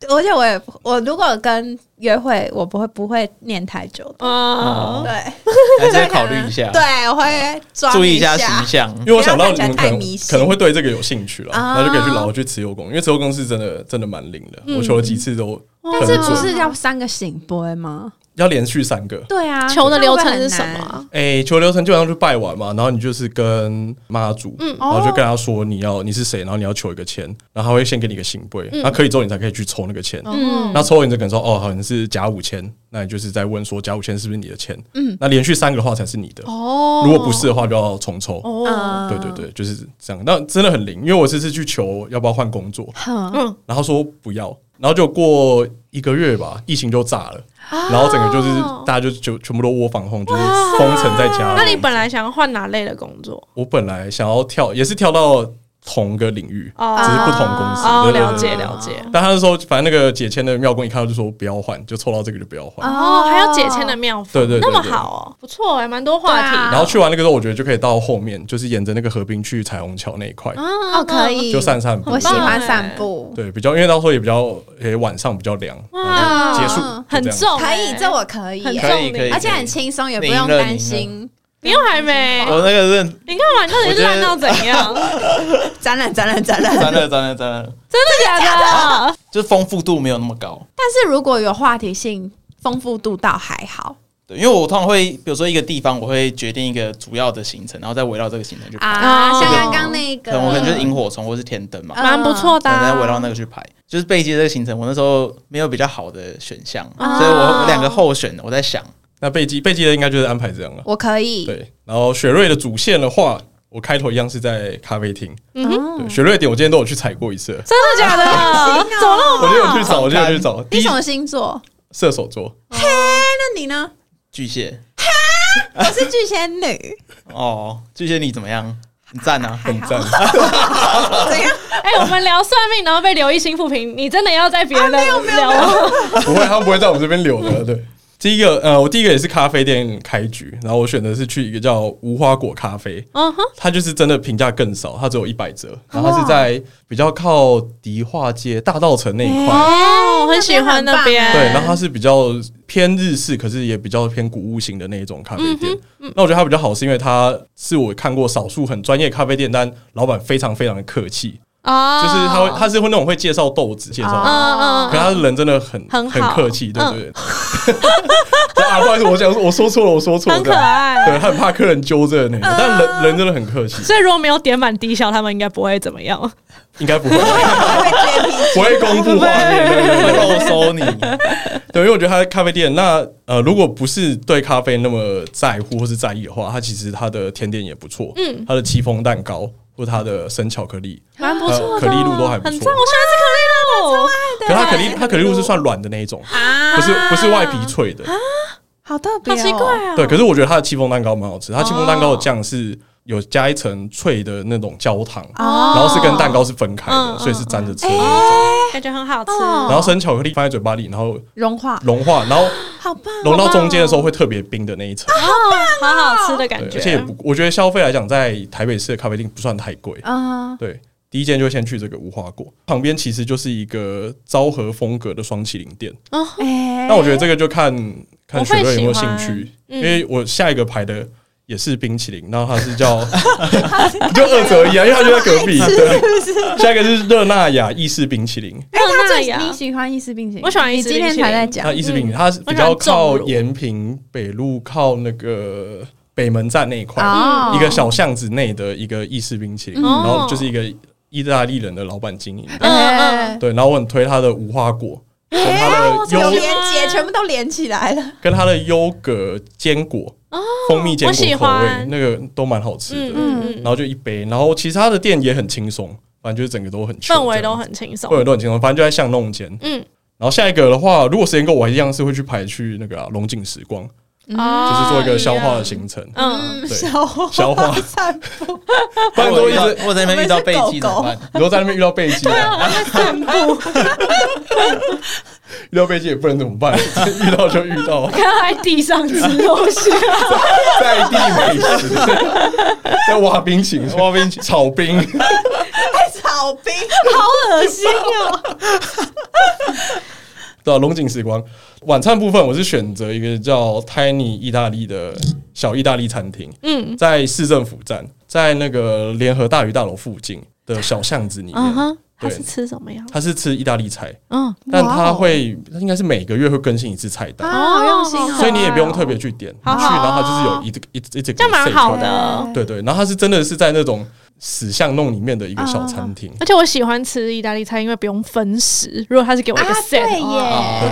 而 且我也不我如果跟约会，我不会不会念太久的，
哦
啊、
嗯对，
还是要考虑一下，
对，我会抓
嗯注意一
下
下形象。
因为我想到你们
不
可
要看起来太
能
迷信
可能会对这个有兴趣了，
啊
那就可以去老去慈幼宫，因为慈幼宫是真的真的蛮灵的，我求了几次都很
嗯但是不
准
是要三个醒杯吗？
要连续三个。
对啊，
求的流程是什么啊？
哎、求流程基本上就拜完嘛，然后你就是跟妈祖，
嗯
然后就
哦
跟他说你要你是谁，然后你要求一个签，然后他会先给你一个醒杯，
嗯
那、可以之后你才可以去抽那个签。
嗯，
那抽完你就可能说哦，好像是甲午签，那你就是在问说甲午签是不是你的签？嗯，那连续三个的话才是你的，
哦
如果不是的话就要重抽。
哦，
嗯
对对对，就是这样。那真的很灵，因为我这次去求要不要换工作，
哼，
嗯，
然后说不要，然后就过一个月吧，疫情就炸了，
哦
然后整个就是大家就就全部都窝房控，就是封城在家。
那你本来想要换哪类的工作？
我本来想要跳，也是跳到同个领域，
哦
只是不同公司。
哦，
对对对
了解
对
了解。
但他那时候，反正那个解签的妙工一看到就说不要换，就抽到这个就不要换。
哦，还有解签的妙法，
对对对
那
对
么好哦，不错哎，蛮多话题
对啊
的。
然后去完那个之后，我觉得就可以到后面，就是沿着那个河滨去彩虹桥那一块，
啊
哦，可，以，
就散散步。
我喜欢散步，
对，比较因为到时候也比较，也晚上比较凉，然后就结束
嗯
就
很
这样。
重
可
欸，
以，这我可以
很
耶，
重
可以可以，
而且很轻松，也不用担心。
你又还没，
我那个是
你干嘛？你到底是烂到怎样？
展览，展览，展览。
真的真的真的，
真的假的？
就是丰富度没有那么高。
但是如果有话题性，丰富度倒还好
对，因为我通常会，比如说一个地方，我会决定一个主要的行程，然后再围绕这个行程去排。
啊。
哦
像刚刚那个，
可能我可能就是萤火虫或是天灯嘛，
蛮不错的
可能
啊，
再围绕那个去排。就是背记这个行程，我那时候没有比较好的选项，
哦
所以我两个候选我在想，
那贝基贝基的应该就是安排这样了。
我可以，
对，然后雪瑞的主线的话，我开头一样是在咖啡厅。
嗯哼，
对，雪瑞的点我今天都有去踩过一次了，
真的假的？怎么了？哎
我就有去找，我就有去找。第
哦你
一
什，么星座？
射手座，
那你呢？
巨蟹
我是巨蟹女，
哦，巨蟹你怎么样？你赞啊！
很赞。
怎样？
哎，我们聊算命，然啊后被刘一星复评，你真的要在别人的聊吗？
不会，他们不会在我们这边留的。对，第一个，呃，我第一个也是咖啡店开局，然后我选的是去一个叫无花果咖啡，
嗯哼，
它就是真的评价更少，它只有一百折，然后它
嗯哇
是在比较靠迪化街大道城那一块，
哦，我很喜欢那边，
对，然后它是比较偏日式，可是也比较偏古物型的那一种咖啡店。
嗯
那我觉得它比较好，是因为它是我看过少数很专业咖啡店，但老板非常非常的客气，
哦，
就是他会，他是会那种会介绍豆子，介绍。
哦
嗯，嗯
可是
嗯，
他人真的很
很好嗯
客气，对不 对？啊，不好意思，我讲我说错了，我说错了，
很可爱嗯
对，他很怕客人纠正那个，但人人真的很客气，
所以如果没有点满低消，他们应该不会怎么样。
应该不会
会洁癖
不会公布画面，对对对对
肉搜你，
对，因为我觉得他的咖啡店，那呃，如果不是对咖啡那么在乎或是在意的话，他其实他的甜点也不错，嗯，他的戚风蛋糕或他的生巧克力，
蛮不错的，
可丽露都还不错
很赞，我喜欢吃可丽露，
可他可丽他可丽露是算软的那一种，
啊
不是不是外皮脆的，
啊
好特别、
好
哦，
奇怪啊。
对。可是我觉得他的戚风蛋糕蛮好吃，他戚风蛋糕的酱是有加一层脆的那种焦糖，
哦
然后是跟蛋糕是分开
嗯嗯
的，所以是沾着吃的那种。
感觉很好吃。
哦
然后生巧克力放在嘴巴里，然后
融化，
融化，然后
好棒哦、
融到中间的时候会特别冰的那一层。
哦，好好吃的感
对，
觉，
而且也不，我觉得消费来讲，在台北市的咖啡店不算太贵。
哦
啊、
对，第一间就先去这个无花果，旁边其实就是一个昭和风格的双麒麟店。
嗯
哎
那我觉得这个就看看
我会
雪瑞有没有
喜
兴
欢
趣，
嗯
因为我下一个排的。也是冰淇淋，然后它是 叫就二择一啊，因为它就在隔壁。对，下一个是热那亚意式冰淇淋，
热
哎他
那
最
亚，
你喜欢意式冰淇淋？
我喜欢意
你
式冰
今
淇淋
天才在讲
它意式冰淇淋，它
嗯
是比较靠延平北路靠那个北门站那一块。
哦
啊
一个小巷子内的一个意式冰淇淋，
嗯哦
然后就是一个意大利人的老板经营的，
哎
对，然后我很推他的无花果，
哎
跟他
哦，这
的
个
优
连接全部都连起来了，
跟他的优格坚果、蜂蜜坚
哦我喜
果口味
欢，
那个都蛮好吃
嗯
的。
嗯
然
嗯，
后就一杯，然后其实他的店也很轻松，反正就是整个都很 chill
氛围
这样
都很轻松
氛。围都很轻松，反正就在巷弄间。
嗯，
然后下一个的话，如果时间够，我一样是会去排去那个啊龙井时光，就
就是
做一个消化的行程。
嗯，
对
消化
消化
散
不然都一直
我在那边遇到背记怎么办？
你都在那边遇到背啊脊，
啊散步，
遇到背脊也不能怎么办， 遇到就遇到。
看他在地上吃东西，
在地美食， 在挖冰淇淋，挖冰炒冰，
草冰，
好恶心哦！
对啊，龙井时光。晚餐部分，我是选择一个叫 Tiny 意大利的小意大利餐厅，
嗯
在市政府站，在那个联合大鱼大楼附近的小巷子里
嗯
面。
哼，他是吃什么呀？
它是吃意大利菜，
嗯，
但它会它应该是每个月会更新一次菜单，
啊好用心哦
所以你也不用特别去点，你去
好
然后它就是有一个一一整个
这样蛮
set
好
出来
哎
的。
对对，然后它是真的是在那种死巷弄里面的一个小餐
哦
厅，
而且我喜欢吃意大利菜，因为不用分食。如果他是给我一个
啊对
set，哦
耶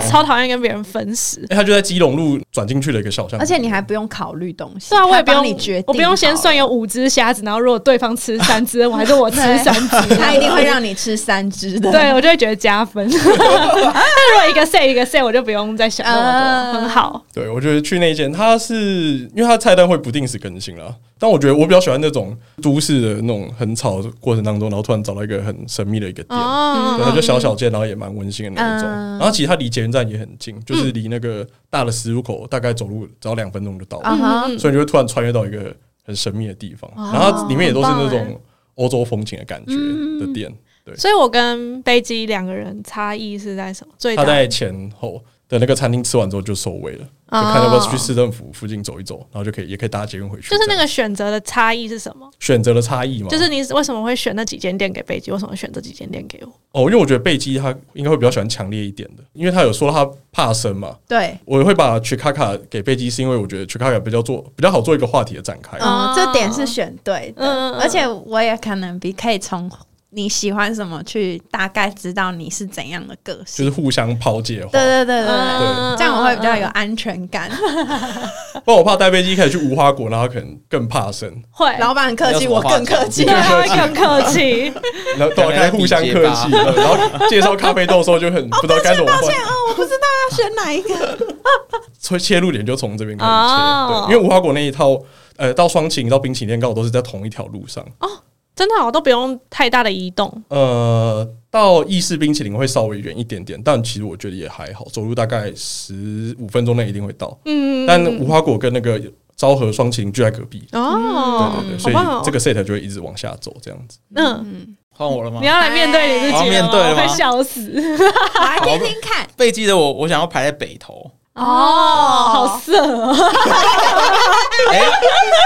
我超讨厌跟别人分食。
哎，他就在基隆路转进去的一个小巷子，
而且你还不用考虑东西，
对啊，我也
他
不
帮
用
你决定，
我不用先算
好
有五只虾子，然后如果对方吃三只，我还是我吃
对
三只，
了，他一定会让你吃三只的。
对我就会觉得加分。 但如果一个 set 一个 set，我就不用再想那么
啊
多，很好。
对我觉得去那间，它是因为它菜单会不定时更新啦，但我觉得我比较喜欢那种都市的那种很吵的过程当中，然后突然找到一个很神秘的一个店，
哦
对，它就小小间，然后也蛮温馨的那一种。
嗯
然后其实它离捷运站也很近，就是离那个大的十字路口大概走路只要两分钟就到了，
啊哈，
嗯
所以你就会突然穿越到一个很神秘的地方，
哦
然后它里面也都是那
很棒
种欧洲风情的感觉的店。
嗯
对
所以我跟贝基两个人差异是在什么？最大
他在前后的那个餐厅吃完之后就收尾了，
哦
就看要不要去市政府附近走一走，然后就可以也可以搭捷运回去。
就是那
这样
个选择的差异是什么？
选择的差异嘛，
就是你为什么会选那几间店给贝基？为什么会选这几间店给我？
哦，因为我觉得贝基他应该会比较喜欢强烈一点的，因为他有说他怕生嘛。
对，
我会把 Chikaka 给贝基，是因为我觉得 Chikaka 比较做比较好做一个话题的展开。
嗯，这点是选对
嗯嗯
的
嗯，
而且我也可能比可以从你喜欢什么去大概知道你是怎样的个
就
性。
是互相抛界话，
对对对对对，
嗯
这样我会比较有安全感。
不然我怕带贝基一开始去无花果，然后他可能更怕生，
会，
老板很客气，我更客气
对，。他会更客气。
然后都该互相客气，然后介绍咖啡豆的时候就很不知道该怎么办。
哦，我不知道要选哪一 个。
所以切入点就从这边开始切，
哦哦
对，因为无花果那一套，呃，到双擎到冰淇淋店刚好都是在同一条路上。
真的好像都不用太大的移动，
呃，到意式冰淇淋会稍微远一点点，但其实我觉得也还好，走路大概十五分钟内一定会到。
嗯，
但无花果跟那个昭和双麒麟就在隔壁，
哦，
对对，
好
所以
棒哦，
这个 set 就会一直往下走这样子。
嗯，
嗯，
换我了吗
你？要来面对你自己
哎
了吗
我要面对了吗
我会笑死
我来听听看。
被记得我，我想要排在北头。
哦，好色哦，
哎、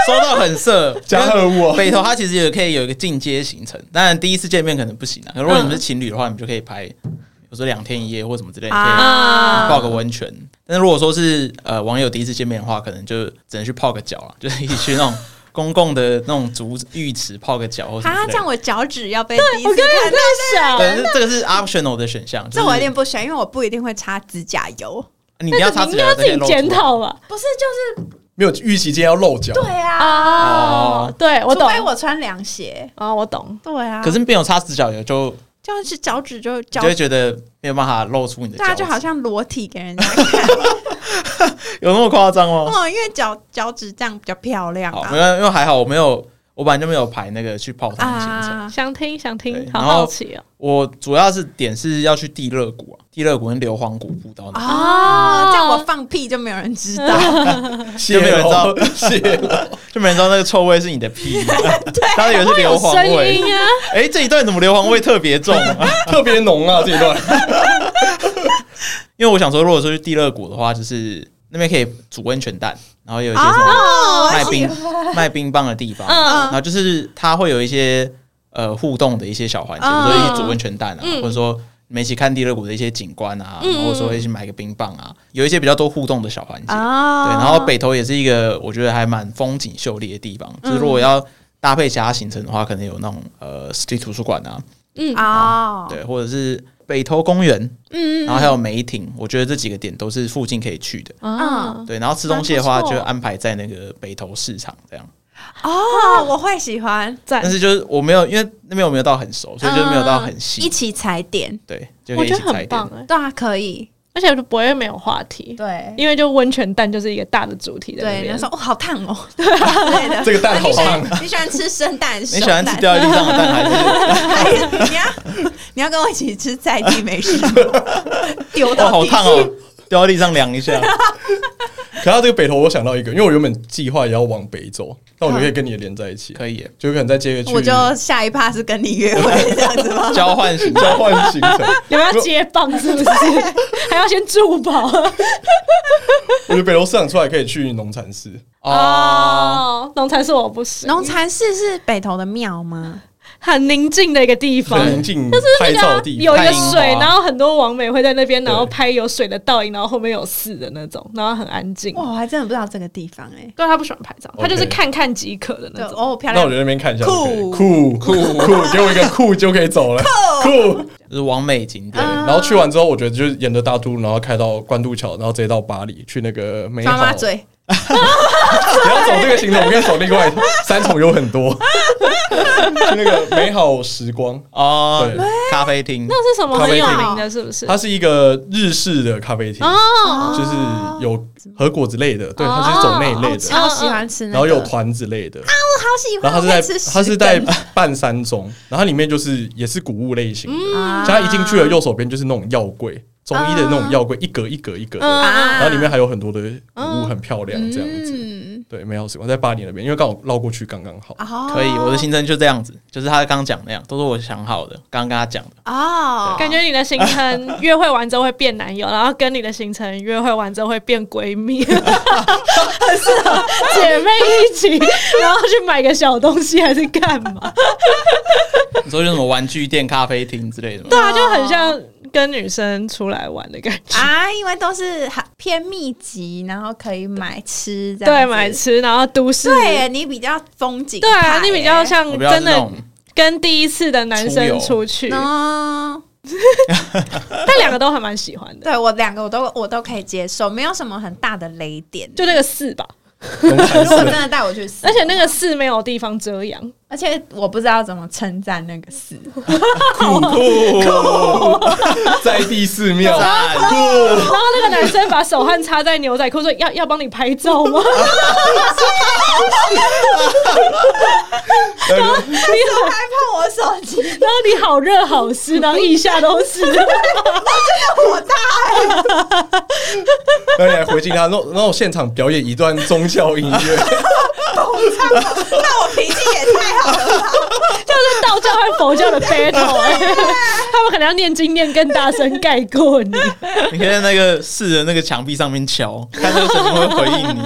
收到很色，
加了我
北投它其实也可以有一个进阶行程，当然第一次见面可能不行啊。如果你们是情侣的话，你们就可以拍，比如说两天一夜或什么之类，你可以
啊
泡个温泉。但是如果说是呃网友第一次见面的话，可能就只能去泡个脚啊，就是一起去那种公共的那种竹浴池泡个脚或什么
啊，这
之类
样
的。
我脚趾要被第一
我
次
刚刚也
看
在
到，
想，
对，这这个是 optional 的选项，
这我有点
就
不喜欢，因为我不一定会擦指甲油。
是你
那
不要
个
擦
你
指
应
甲
该
油
要自
这
己
些露出来
检讨吧？
不是，就是
没有预期今天要露脚，
对啊，
哦
哦，
对我
除
懂，
非我穿凉鞋。
哦，我懂，
对啊，
可是没有擦指甲油就
就是脚趾就
你
脚
就，会觉得没有办法露出你的脚
大家
趾，
就好像裸体给 人家看。
有那么夸张吗？
哦，因为脚脚趾这样比较漂亮
好，
啊
哦没。有，因为还好我没有，我本来就没有排那个去泡汤的行程。
啊，
想听想
对
听，好
然后
好奇哦，
我主要是点是要去地热谷啊，地热谷跟硫磺谷步道那，
哦，这样我放屁就没有人知道。
谢哦
就没有人知道
咯，谢咯。
就没人知道那个臭味是你的屁，大家以为是硫
声
磺味。
音啊，
哎、这一段怎么硫磺味特别重、啊？
特别浓啊这一 段。
因为我想说，如果说去地热谷的话，就是那边可以煮温泉蛋，然后有一些什么
哦，
卖冰、卖冰棒的地方，然
嗯，
后就是它会有一些呃互动的一些小环节，比如说一起煮温泉蛋啊，
嗯
或者说你们一起看地热谷的一些景观啊，
嗯
然后说一起买个冰棒啊，有一些比较多互动的小环
啊
节。
哦，
对，然后北投也是一个我觉得还蛮风景秀丽的地方，就是
嗯
如果要搭配其他行程的话，可能有那种呃实地图书馆啊，
哦，
对，或者是北投公园，
嗯，嗯
然后还有梅亭，我觉得这几个点都是附近可以去的。
嗯
啊，
对，然后吃东西的话
蛮不错哦
就安排在那个北投市场这样，
哦，我会喜欢
赞
但，是就是我没有，因为那边我没有到很熟，所以就没有到很
嗯一
细。
起踩点，
对，就可
啊我
以一
觉
起
得
踩
很
点
棒。哎，
对啊，可以，
而且就不会没有话题，
对，
因为就温泉蛋就是一个大的主题在那
对，人
边
家。说哦，好烫哦，之类的。
这个蛋好烫，
你喜欢吃生蛋？你
你喜欢吃掉一地上的蛋还是？
你要你要跟我一起吃在地美食，丢
哦，
到
好
地
烫 哦，掉到地上凉一下。
可他这个北头，我想到一个，因为我原本计划也要往北走，但
嗯
我觉得可以跟你连在一起，啊
可以耶
就可能再接个去
我就下一趴是跟你约会这样子吗？
交换 型，
交换行程。
你们要接棒是不 是？还要先助跑
我觉得北头市场出来可以去农禅寺，
哦，
哦。农禅是我不行，
农禅寺是北投的庙吗？
很宁静的一个地方，
很宁静
那
拍
个
照的
啊
地
有
方。
一个
拍
水
樱，花
然后很多网美会在那边，然后
对
拍有水的倒影，然后后面有寺的那种，然后很安静。
哇，我还真的不知道这个地方哎。
对他不喜欢拍照，他就是
OK
看看即可
对
的那种。
哦，漂
那
亮
我就在那边看一下就可以，
酷
酷酷酷，给我一个酷就可以走了，酷。
就是完美景
对，
嗯
点。
然后去完之后，我觉得就是沿着大都，然后开到关渡桥，然后直接到巴黎，去那个美
抓
好。
妈嘴，
你要走这个行程，我跟你走另外一条，三重有很多。去那个美好时光，
哦
对，
咖啡厅，
那是什么啊
咖
很
啡
有
厅
名的？是不是？
它是一个日式的咖啡厅，
哦，
就是有和果子类的，对，它是走那一类
我
的，
超喜欢吃那个，
然后有团子类
啊
的，
我好喜欢。
然后它
我
是
可以
在
吃
它是
十
在
根
半山中，然后它里面就是也是谷物类型的，
嗯
啊
所以它一进去了右手边就是那种药柜，中医的那种药柜，一格一格一格的，
啊
啊
嗯
然后里面还有很多的谷物，很漂亮，这样子。
嗯，
对，美好时光在巴黎那边，因为刚好绕过去刚刚 好。
哦
可以，我的行程就这样子，就是他刚讲那样，都是我想好的，刚刚跟他讲的。
哦，
感觉你的行程约会完之后会变男友，然后跟你的行程约会完之后会变闺蜜，很适合姐妹一起，然后去买个小东西还是干嘛？
你说就什么玩具店、咖啡厅之类的吗？
对啊，就很像跟女生出来玩的感觉。
啊，因为都是很偏密集，然后可以买吃这样
对，
子，
买吃，然后都市。
对耶，你比较风景派
对
耶，
啊，你比较像
我不要是
真
那
的
种
跟第一次的男
出
生
游
出去，
哦。
但两个都还蛮喜欢的，
对我两个我都我都可以接受，没有什么很大的雷点。
就那个寺吧。
农禅
如果
寺
真的带我去死，
而且那个寺没有地方遮阳，
而且我不知道怎么称赞那个 寺，
哦
酷酷，在地寺
啊
庙
赞
酷，
然后那个男生把手汗插在牛仔裤，说要要帮你拍照 吗？
我害怕我手机，
然后你好热好湿，然后腋下都是。
然后你还回敬他，然后然后现场表演一段宗教音 乐，
那我脾气也太好了吧，
就是道教和佛教的 battle，、欸、他们可能要念经念更大声盖过你。
你可以在那个市的那个墙壁上面敲，看那个神明会回应你。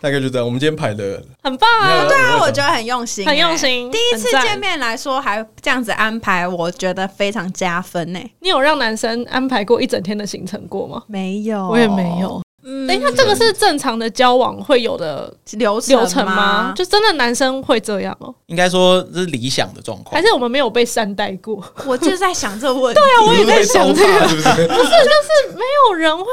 大概就这样。我们今天排的
很棒啊，
对
那我觉得很用心、
很用。心。
第一次
很赞
见，面来说还这样子安排，我觉得非常加分呢、
你有让男生安排过一整天的行程过吗？
没有，
我也没。有。
嗯
等一下，这个是正常的交往会有的
流程
流程吗？就真的男生会这样哦、
应该说这是理想的状况
还。是我们没有被善待过？不
我就是在想这个问题。
对啊我也在
你是不是被烧怕 是不是？
是，就是没有人会，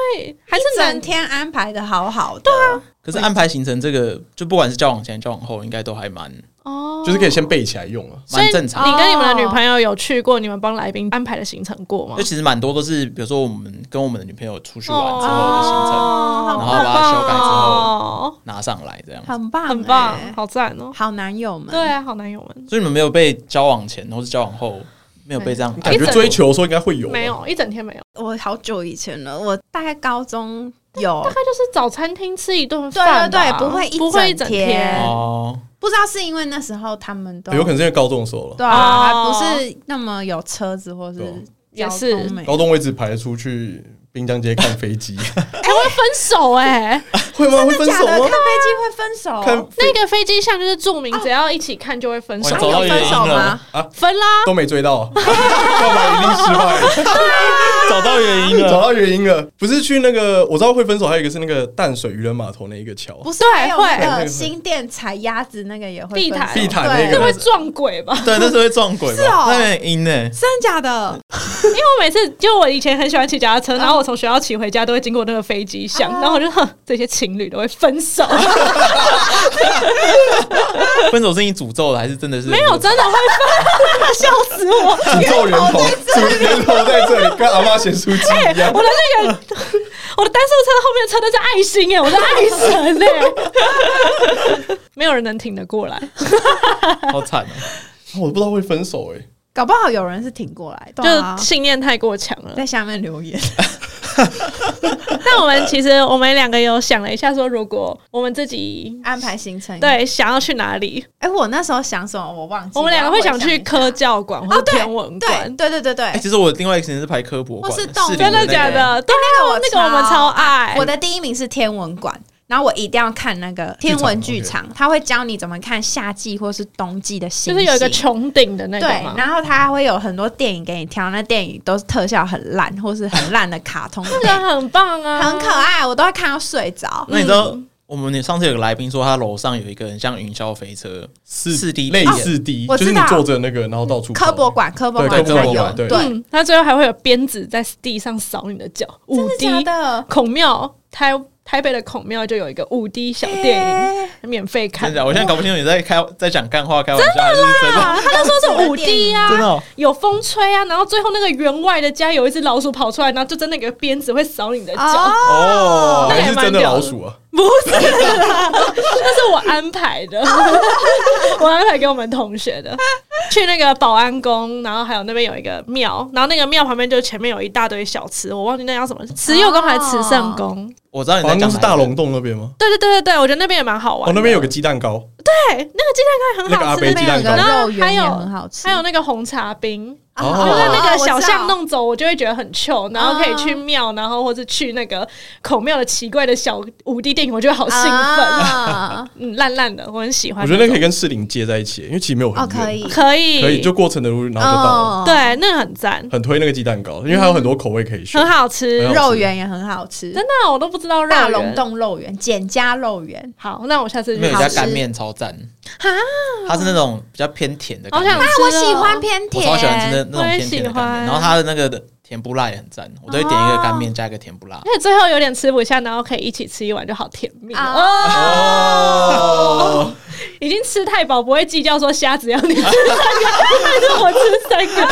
还是
一
男
整天安排的好好的，对啊，
可是安排行程这个，就不管是交往前、交往后，应该都还蛮
哦，
就是可以先背起来用啊。
所以
蛮正常的。
你跟你们的女朋友有去过你们帮来宾安排的行程过吗
就？其实蛮多都是，比如说我们跟我们的女朋友出去玩之后的行程，
哦
然
后把它修改之后
哦
拿上来这样。
很棒、欸
很棒，好赞哦！
好男友们，
对啊，好男友们，
所以你们没有被交往前或是交往后没有被这样
哎
感觉追求的时候应该会有吧，
没有一整天没有，
我好久以前了，我大概高中有
大，概就是早餐厅吃一顿饭
对对
吧，
对不会一
不会一
整
整
天
天，
哦，
不知道是因为那时候他们都
有可能是因为高中的时候了。
对啊，
哦
还不是那么有车子或是
对
交
啊
通
也是
没
高中位置排出去滨江街看飞机，
哎，会分手哎，
会吗？会分
假
手
的，看飞
吗？
机会分手，
看
那个飞机上就是著名，只要一起看就会分手
我，找到
有分
原因
手吗
了，？
分啦，
都没追到，要不然一定失败。
找到原 因
找
了。
到原因了，不是去那个我知道会分手，还有一个是那个淡水渔人码头那一个桥，
不是还有
对
那
会
个新店踩鸭子那个也会
地
分手
毯
地毯
对
那
那
个
会撞鬼吧？
对，那是会撞鬼吧？
是哦
那很阴欸呢。
真假的？
因为我每次就我以前很喜欢骑脚踏车，然后我从学校骑回家都会经过那个飞机巷，然后我就哼，这些情侣都会分手，
分手是你诅咒的，还是真的是
没有真的会分，笑死我！
诅咒源头，诅源头在这里，跟阿妈咸酥鸡哎一样
哎我。的那个我的单速车后面车灯是爱心哎、我是爱神哎、没有人能挺得过来，
好惨哦。
我不知道会分手哎，
搞不好有人是挺过来的，
就信念太过强了。
在下面留言，
但我们其实我们两个有想了一下，说如果我们自己
安排行程。，
对想要去哪里，
哎，我那时候想什么我忘记了，
我们两个会想去科
技
教馆或
哦，
者
对
天文
对
馆。
对对对对
哎，，其实我另外一个行程是排科博馆，
或是动物
士林
真的
那个
假？的？对啊，
那个我
那个我们超爱。
我的第一名是天文馆，然后我一定要看那个天文剧场，它会教你怎么看夏季或是冬季的星
就
星，
是有一个穹顶的那个
对
嘛，，
然后它会有很多电影给你挑，那电影都是特效很烂或是很烂的卡通，
那个很棒啊，
很可爱，我都会看到睡着。
那你知道
嗯
我们上次有个来宾说，他楼上有一个很像云霄飞车，四 D
类似第一，
我
就
知道
是你坐着那个，然后到处
科
跑
博馆，科博
对
馆
科
博
才有，
馆对
对，
嗯，它最后还会有鞭子在地上扫你的脚，五
真
D
的假的？
孔庙台台北的孔庙就有一个五 D 小电影，
欸
免费看
真。的，我现在搞不清楚你在开在讲干话、开玩笑还是真的。
啊，他就说是五 D 啊，
真的哦
有风吹啊，然后最后那个员外的家有一只老鼠跑出来，然后就真的有个鞭子会扫你的脚，
哦，
哦
那
还
也
是
蛮
真的
屌的
老鼠啊？
不是啦，那是我安排的， 我安排给我们同学的，去那个保安宫，然后还有那边有一个庙，然后那个庙旁边就前面有一大堆小吃，我忘记那叫什么，慈幼宫还是慈圣宫？
我知道你
好
在
像
讲
是大
龙
龙洞那边吗？
对对对对对，我觉得那边也蛮好玩
哦，
的。
那边有个鸡蛋糕，
对，那个鸡蛋糕
那
也很好吃，
个阿伯
边
鸡蛋糕
那边有个肉
然后还
圆也
有
很好吃，
还有那个红茶冰，
哦
就是那
哦
个小巷。
我知道
弄走，我就会觉得很糗，然后可以去庙，然后或者去那个孔庙的奇怪的小五 D 电影，我觉得好兴奋。
啊
嗯，烂烂的，我很喜欢。
我觉得那可以跟士林接在一起，因为其实没有很
哦，
远，
可以，
可以，
可以就过程的
嗯
路，然后就到了。
哦，
对，那个很赞，
很推那个鸡蛋糕，因为它有很多口味可以选
很。好吃。
很好
肉圆也很好吃
真，的，我都不知道肉
大
圆
龙。洞肉圆、简家肉圆，
好，那我下次
没
去
有
好
家
加
吃。
干面超赞，它是那种比较偏甜的干
好
面，
想吃，哦
啊我喜欢。偏
我
甜，
超喜欢吃那那
我
种
也
偏甜的干
喜欢
面，然后它的那个甜不辣也很赞，我都会点一个干面加一个甜不辣。
而且最后有
啊
点吃不下，然后可以一起吃一碗，就好甜蜜哦。
哦，
哦已经吃太饱，不会计较说虾子要你吃三个还是我吃三个，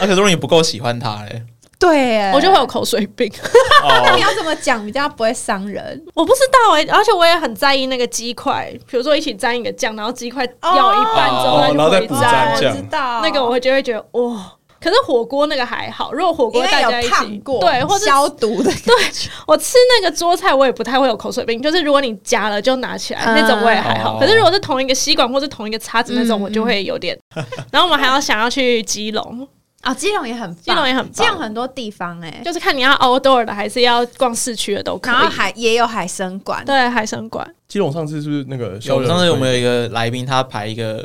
而且啊如果你不够喜欢它 嘞，
对耶，
我就会有口水病。
那
哦
你，要怎么讲比较不会伤
嗯
人？
我不知道哎、而且我也很在意那个鸡块，比如说一起沾一个酱，然后鸡块掉一半之后，
哦
它就
然后再
回
补蘸
哦
酱
我知道
那个我就会觉得哇、可是火锅那个还好，如果火
因
锅大家
为有
一起
烫过，
对，或者
消毒的，
对我吃那个桌菜，我也不太会有口水病，就是如果你夹了就拿起来、
嗯
那种，我也还好。
哦
可是如果是同一个吸管或是同一个叉子那种，
嗯
我就会有 点。然后我们还要想要去基 隆，
啊，基隆也很棒，
基隆也很棒
基隆很多地方哎，
就是看你要 outdoor 的还是要逛市区的都可
然后
以。
海也有海参馆，
对海参馆，
基隆上次是不是那个
有
肖人？
上次我们有一个来宾，他排一个，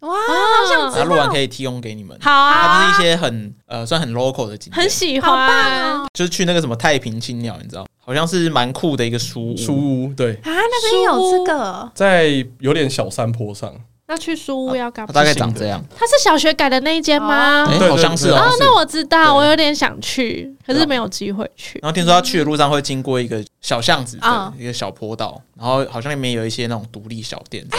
哇，
好想
他录完可以提供给你们。
哦好啊，
它就是一些很呃，算很 local 的景点
很，喜
好
欢。
棒哦！
就是去那个什么太平青鸟，你知道，好像是蛮酷的一个书屋
书屋，对，
啊，那边有这个，
在有点小山坡上，
那去书屋要干
它
嘛？
大概长这样。
它是小学改的那一间吗？
哦
哎、
对
好像是哦、
对
哦，
是
那我知道，
对
我有点想去，可是没有机会去。
然后听说他去的路上会经过一个小巷子的
哦
嗯
一个小坡道，然后好像里面有一些那种独立小店。
哦，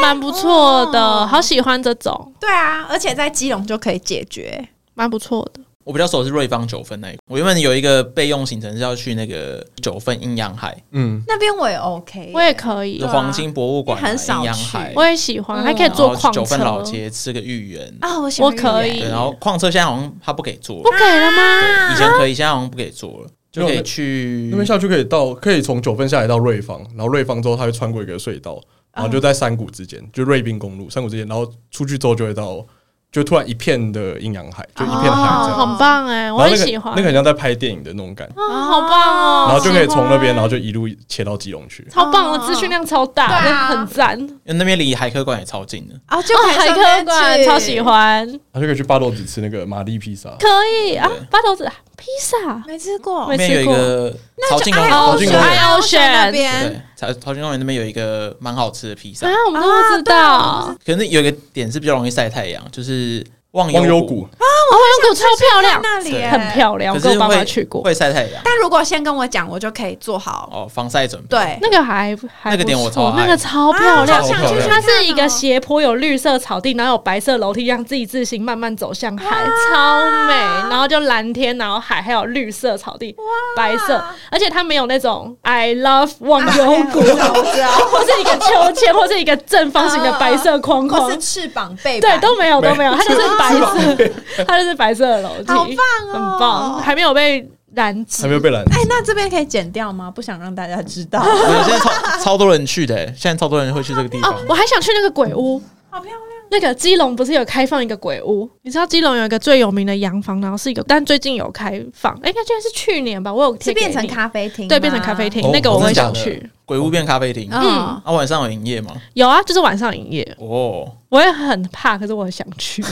蛮不错的，
哦
好喜欢这种，
对啊，而且在基隆就可以解决。
蛮不错的。
我比较熟是瑞芳九份那一个，我原本有一个备用行程是要去那个九份阴阳海，
嗯，
那边我也 OK，
我也可
就
以
是，黄金博物馆、啊、
很少
阴阳海
去，
我也喜欢，
嗯
还可以
然
哦
坐
后去
矿
九
车
份。老街吃个芋圆，
啊，我喜欢
我可以
芋
对，
圆
然后矿车现在好像他不给做
不
了，
给了吗？
以前可以，现在好像不给做了，就可
没
以
有
去
那边下去可以到，可以从九份下来到瑞芳，然后瑞芳之后，它会穿过一个隧道，然后就在山谷之间，就瑞滨公路山谷之间，然后出去之后就会到，就突然一片的阴阳海，就一片海这
哦
样。
很棒哎，我
然后那
很
个
喜欢
那个，很像在拍电影的那种感觉，
啊好棒哦！
然后就可以从那边，
喜欢
然后就一路切到基隆去。
超棒，
哦
我资讯量超大，
对啊
很赞。
因为那边离海科馆也超近的，
啊，就
哦，
可以
海
顺便
科馆
去
超喜，欢，
他就可以去巴豆子吃那个玛丽披萨，
可以啊
对，
八头子披萨，
没吃过，
没
那边有一个朝进公园，
那
就
进
是
公园
爱
欧选
那
对
边，
朝朝进公园那边有一个蛮好吃的披萨
啊，，我们都不知
啊
道。
可是有一个点是比较容易晒太阳，就是忘
啊
忘忧
忧
谷，
哦，永谷超漂亮，
那里耶
很。漂亮。
可
我
是
跟我爸妈
会
去过，
会晒太阳
但如果先跟我讲，我就可以做好。
哦，防晒 准备。
对，
那个还还
那个点
不
我
错
超爱
那个超漂亮
啊，
好
超
想
漂
去
亮
它
看
是一个
哦
斜坡，有绿色草地，然后有白色楼梯，让自己自行慢慢走向海，超美。然后就蓝天，然后海，还有绿色草地，白色，而且它没有那种 I love 忘忧 谷，
我知道，
或是一个秋千，或是一个正方形的白色框
或
框
是，翅膀背
对，
板，
都没有，
没
都没有，它就是白 色，它就是白色的楼
好
梯，
棒哦，
很棒，还没有被染指
还。没有被拦截。
哎，那这边可以剪掉吗？不想让大家知道，
我们现在超超多人去的，现在超多人会去这个地
哦
方，。
我还想去那个鬼屋，
好漂亮。
那个基隆不是有开放一个鬼屋？你知道基隆有一个最有名的洋房，然后是一个，但最近有开放，哎、应该就是去年吧，我有贴
是
给
变成
你
咖啡厅吗，
对，变成咖啡厅，
哦
那个我
真
会
的假
想
的
去。哦
鬼屋变咖啡厅，
嗯，
啊，晚上有营业吗？
有啊，就是晚上营业，
哦
我也很怕，可是我很想去。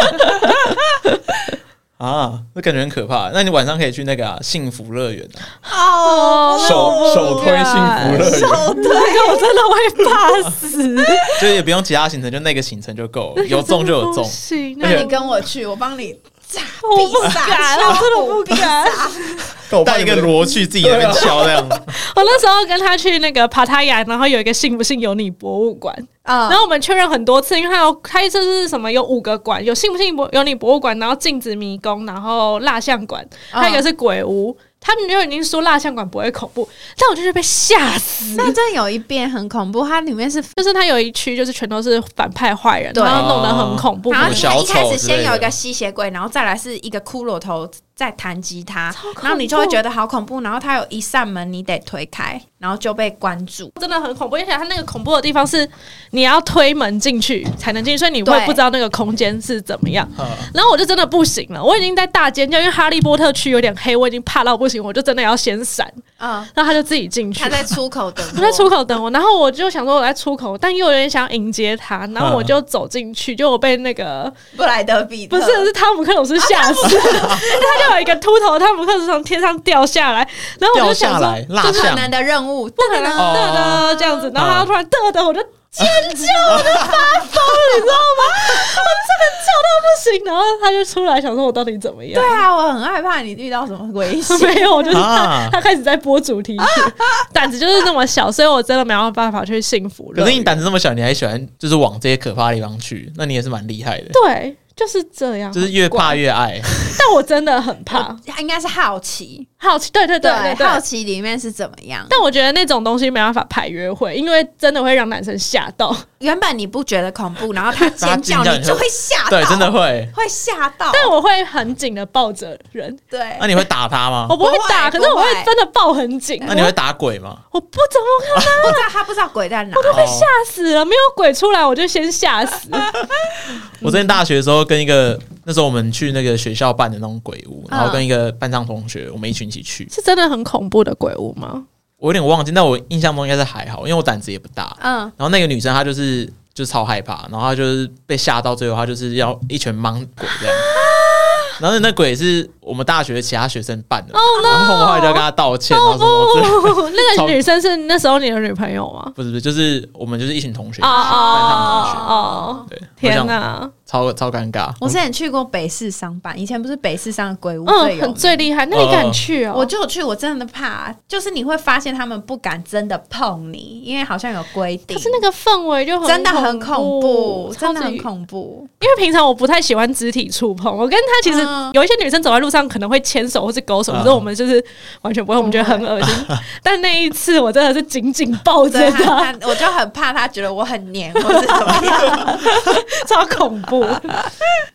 啊，那感觉很可怕。那你晚上可以去那个啊幸福乐园啊，
哦，
手手推幸福乐园，
手对，
那个我真的会怕死，
就是也不用其他行程，就那个行程就够了，有中就有中。
行，
而
那
且
那你跟我去，我帮你炸，
我不
必杀
敢，
敲
我真的不敢。
但我
带一个锣去自己在那边敲这样，
我那时候跟他去那个帕塔亚，然后有一个信不信由你博物馆，
啊
然后我们确认很多次，因为它有它就是什么有五个馆，有信不信博有你博物馆，然后镜子迷宫，然后蜡像馆，
嗯
还有一个是鬼屋。他们就已经说蜡像馆不会恐怖，但我就是被吓死。
哦那这有一边很恐怖，它里面是，
就是它有一区就是全都是反派坏人，
对嗯
然后弄得很恐怖。
然后你
小
看一开
丑
始
之类的
先有一个吸血鬼，然后再来是一个骷髅头在弹吉他
超恐怖，
然后你就会觉得好恐怖，然后它有一扇门你得推开，然后就被关住。
真的很恐怖，而且它那个恐怖的地方是你要推门进去才能进去，所以你会
对
不知道那个空间是怎么样。
啊
然后我就真的不行了，我已经在大尖叫，因为哈利波特区有点黑，我已经怕到不行，我就真的要先闪。
嗯，
然后他就自己进去
他，在出口 等
他在出
哦
口等我，然后我就想说我在出口，但又有点想迎接他，然后我
嗯
就走进去，就我被那个
布莱德比
不
特，
是是汤姆克鲁斯
啊
吓死， 他就有一个秃头汤姆克鲁斯从天上掉下来，然后我
掉
就想
下
说
来蜡
不可
像
能的任务，不
不可能
哦嗯
的的这样子，然后他突然的的，我就尖叫，我都发疯，你知道吗？我真的叫到不行，然后他就出来想说我到底怎么样
对？啊，我很害怕你遇到什么危险。
没有，就是他、
啊
他开始在播主题曲，胆子就是那么小，所以我真的没有办法去幸福乐
可
园。
是你胆子那么小，你还喜欢就是往这些可怕的地方去，那你也是蛮厉害的，
对，就是这 样。
就是越怕越 爱。
但我真的很怕，
他应该是好奇，
好奇，对对对对
好
对。
奇里面是怎么样？
但我觉得那种东西没办法排约会，因为真的会让男生吓到。
原本你不觉得恐怖，然后他尖叫，
他尖叫
你就会吓到，
对，真的会。
会吓到。
但我会很紧的抱着人，
对
那，啊你会打他吗
我？不会
不会
打，可是
不
我
会
会真的抱很紧。
哦那你会打鬼吗？
我不怎么看
不知道他不知道鬼在哪，
被
吓死了，没有鬼出来我就先 吓死。
我之前大学的时候跟一个，那时候我们去那个学校办的那种鬼屋，然后跟一个班上同学，我们一群一起去。
是真的很恐怖的鬼屋吗？
我有点忘记，但我印象中应该是还好，因为我胆子也不大。
嗯，
然后那个女生她就是就是超害怕，然后她就是被吓到最后，她就是要一拳mang 鬼 这样。然后那鬼是我们大学其他学生办的
Oh
然后我们后来就要跟她道歉，然后什么之类的
哦，那
超
个女生是那时候你的女朋友吗？
不是不是，就是我们就是一群同学，
哦
班上
哦哦！
同学，对，
天
哪，
哪，
超超尴尬。
我之前去过北市商办，以前不是北市上的鬼屋最
嗯，
有
很
名。
最厉害，那你敢去哦？
我就有去，我真的怕，就是你会发现他们不敢真的碰你，因为好像有规定。
可是那个氛围就很
真的很恐怖，
超
真
级
的很恐怖。
因为平常我不太喜欢肢体触碰，我跟他其实
嗯
有一些女生走在路上可能会牵手或是勾手，
嗯
可是我们就是完全不会，我们觉得很恶心。
嗯
但那一次我真的是紧紧抱着
对
他，
他，他我就很怕他觉得我很黏或者怎么样。
超恐怖。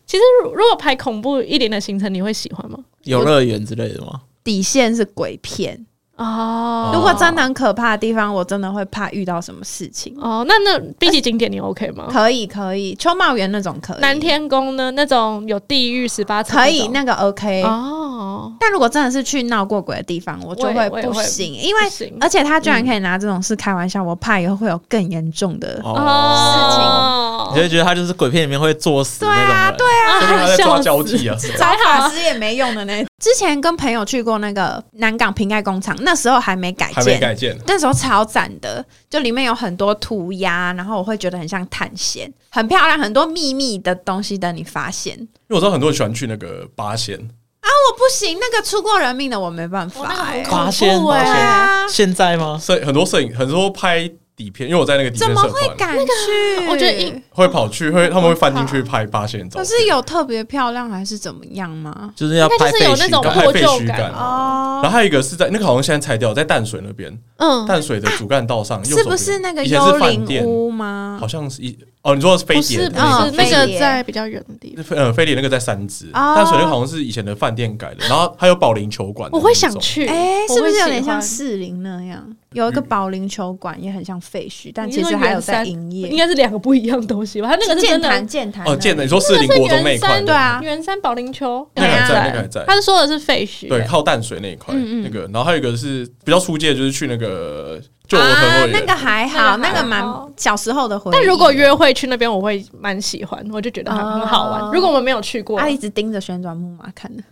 其实如如果拍恐怖一点的行程，你会喜欢吗？
游乐园之类的吗？
底线是鬼片，
哦
如果真的很可怕的地方，我真的会怕遇到什么事情。
哦，那那比起景点你 OK 吗？
可以，可以，秋茂园那种可以，
哦南天宫呢？那种有地狱十八层
可
种，
以，那个 OK。
哦，
但如果真的是去闹过鬼的地方，我就
我也
会
我也
不
会
行，因为
不行嗯
而且他居然可以拿这种事开玩笑，我怕以后会有更严重的。
哦
哦
哦
你就会觉得他就是鬼片里面会作死
对
那
啊，
种
对
人。
啊，
说不定他在抓交替啊，
找法师也没用的呢。之前跟朋友去过那个南港瓶盖工厂，那时候还没改
还没
建，
改建，
那时候超赞的，就里面有很多涂鸦，然后我会觉得很像探险，很漂亮，很多秘密的东西等你发现。啊，
因为我知道很多人喜欢去那个八仙，
我不行，那个出过人命的我没办
哦
法、欸
八仙，八
对
仙，
啊，
现在吗？
摄很多摄影很多拍底片，因为我在那个底
怎
片
么
社
会
团，
敢去？
我觉得一
会跑去会他们会翻进去拍八仙的照
可
片，
是有特别漂亮还是怎么样吗？
就是要
应该
拍
就
废
是有那
墟
种
的
要拍
破
废
旧
墟
感
感啊。
哦
然后还有一个是在那个好像现在拆掉，在淡水那边，
嗯，
淡水的主干道上，右
是
手
不
边
是那个
以前是
幽
饭
灵
店，
屋吗
好？像是一哦，你说的是飞
不
碟
是
的
嗯不
那
嗯飞
个，
是那个
碟
在比较远的地方，
呃，飞碟那个在三芝，
哦
淡水那个好像是以前的饭店改的，然后还有保龄球馆，
我会想。去，
哎、
我
是不
会
是有
喜
点像
欢
士林那样？有一个保龄球馆也很像废墟，但
你
其
说
实还有
圆
在
山
营
应
业。
该是两个不一样的东西吧？他那个是
健
真的
谈，健谈
哦，建的，你说士林
啊那个是
国中那一块，
圆山
对啊，
圆山保龄球，
那个还
对啊
在，那个还在，
他是说的是废墟，
对，
哎
靠淡水那一块
嗯
那个，然后还有一个是比较出界，就是去那个旧河
啊
乐，园
那个还好，那
那个
个
还好
蛮小时候的回忆。
但如果约会去那边，我会蛮喜欢，我就觉得很
哦
很好玩。如果我们没有去过，
他一直盯着旋转木马看的，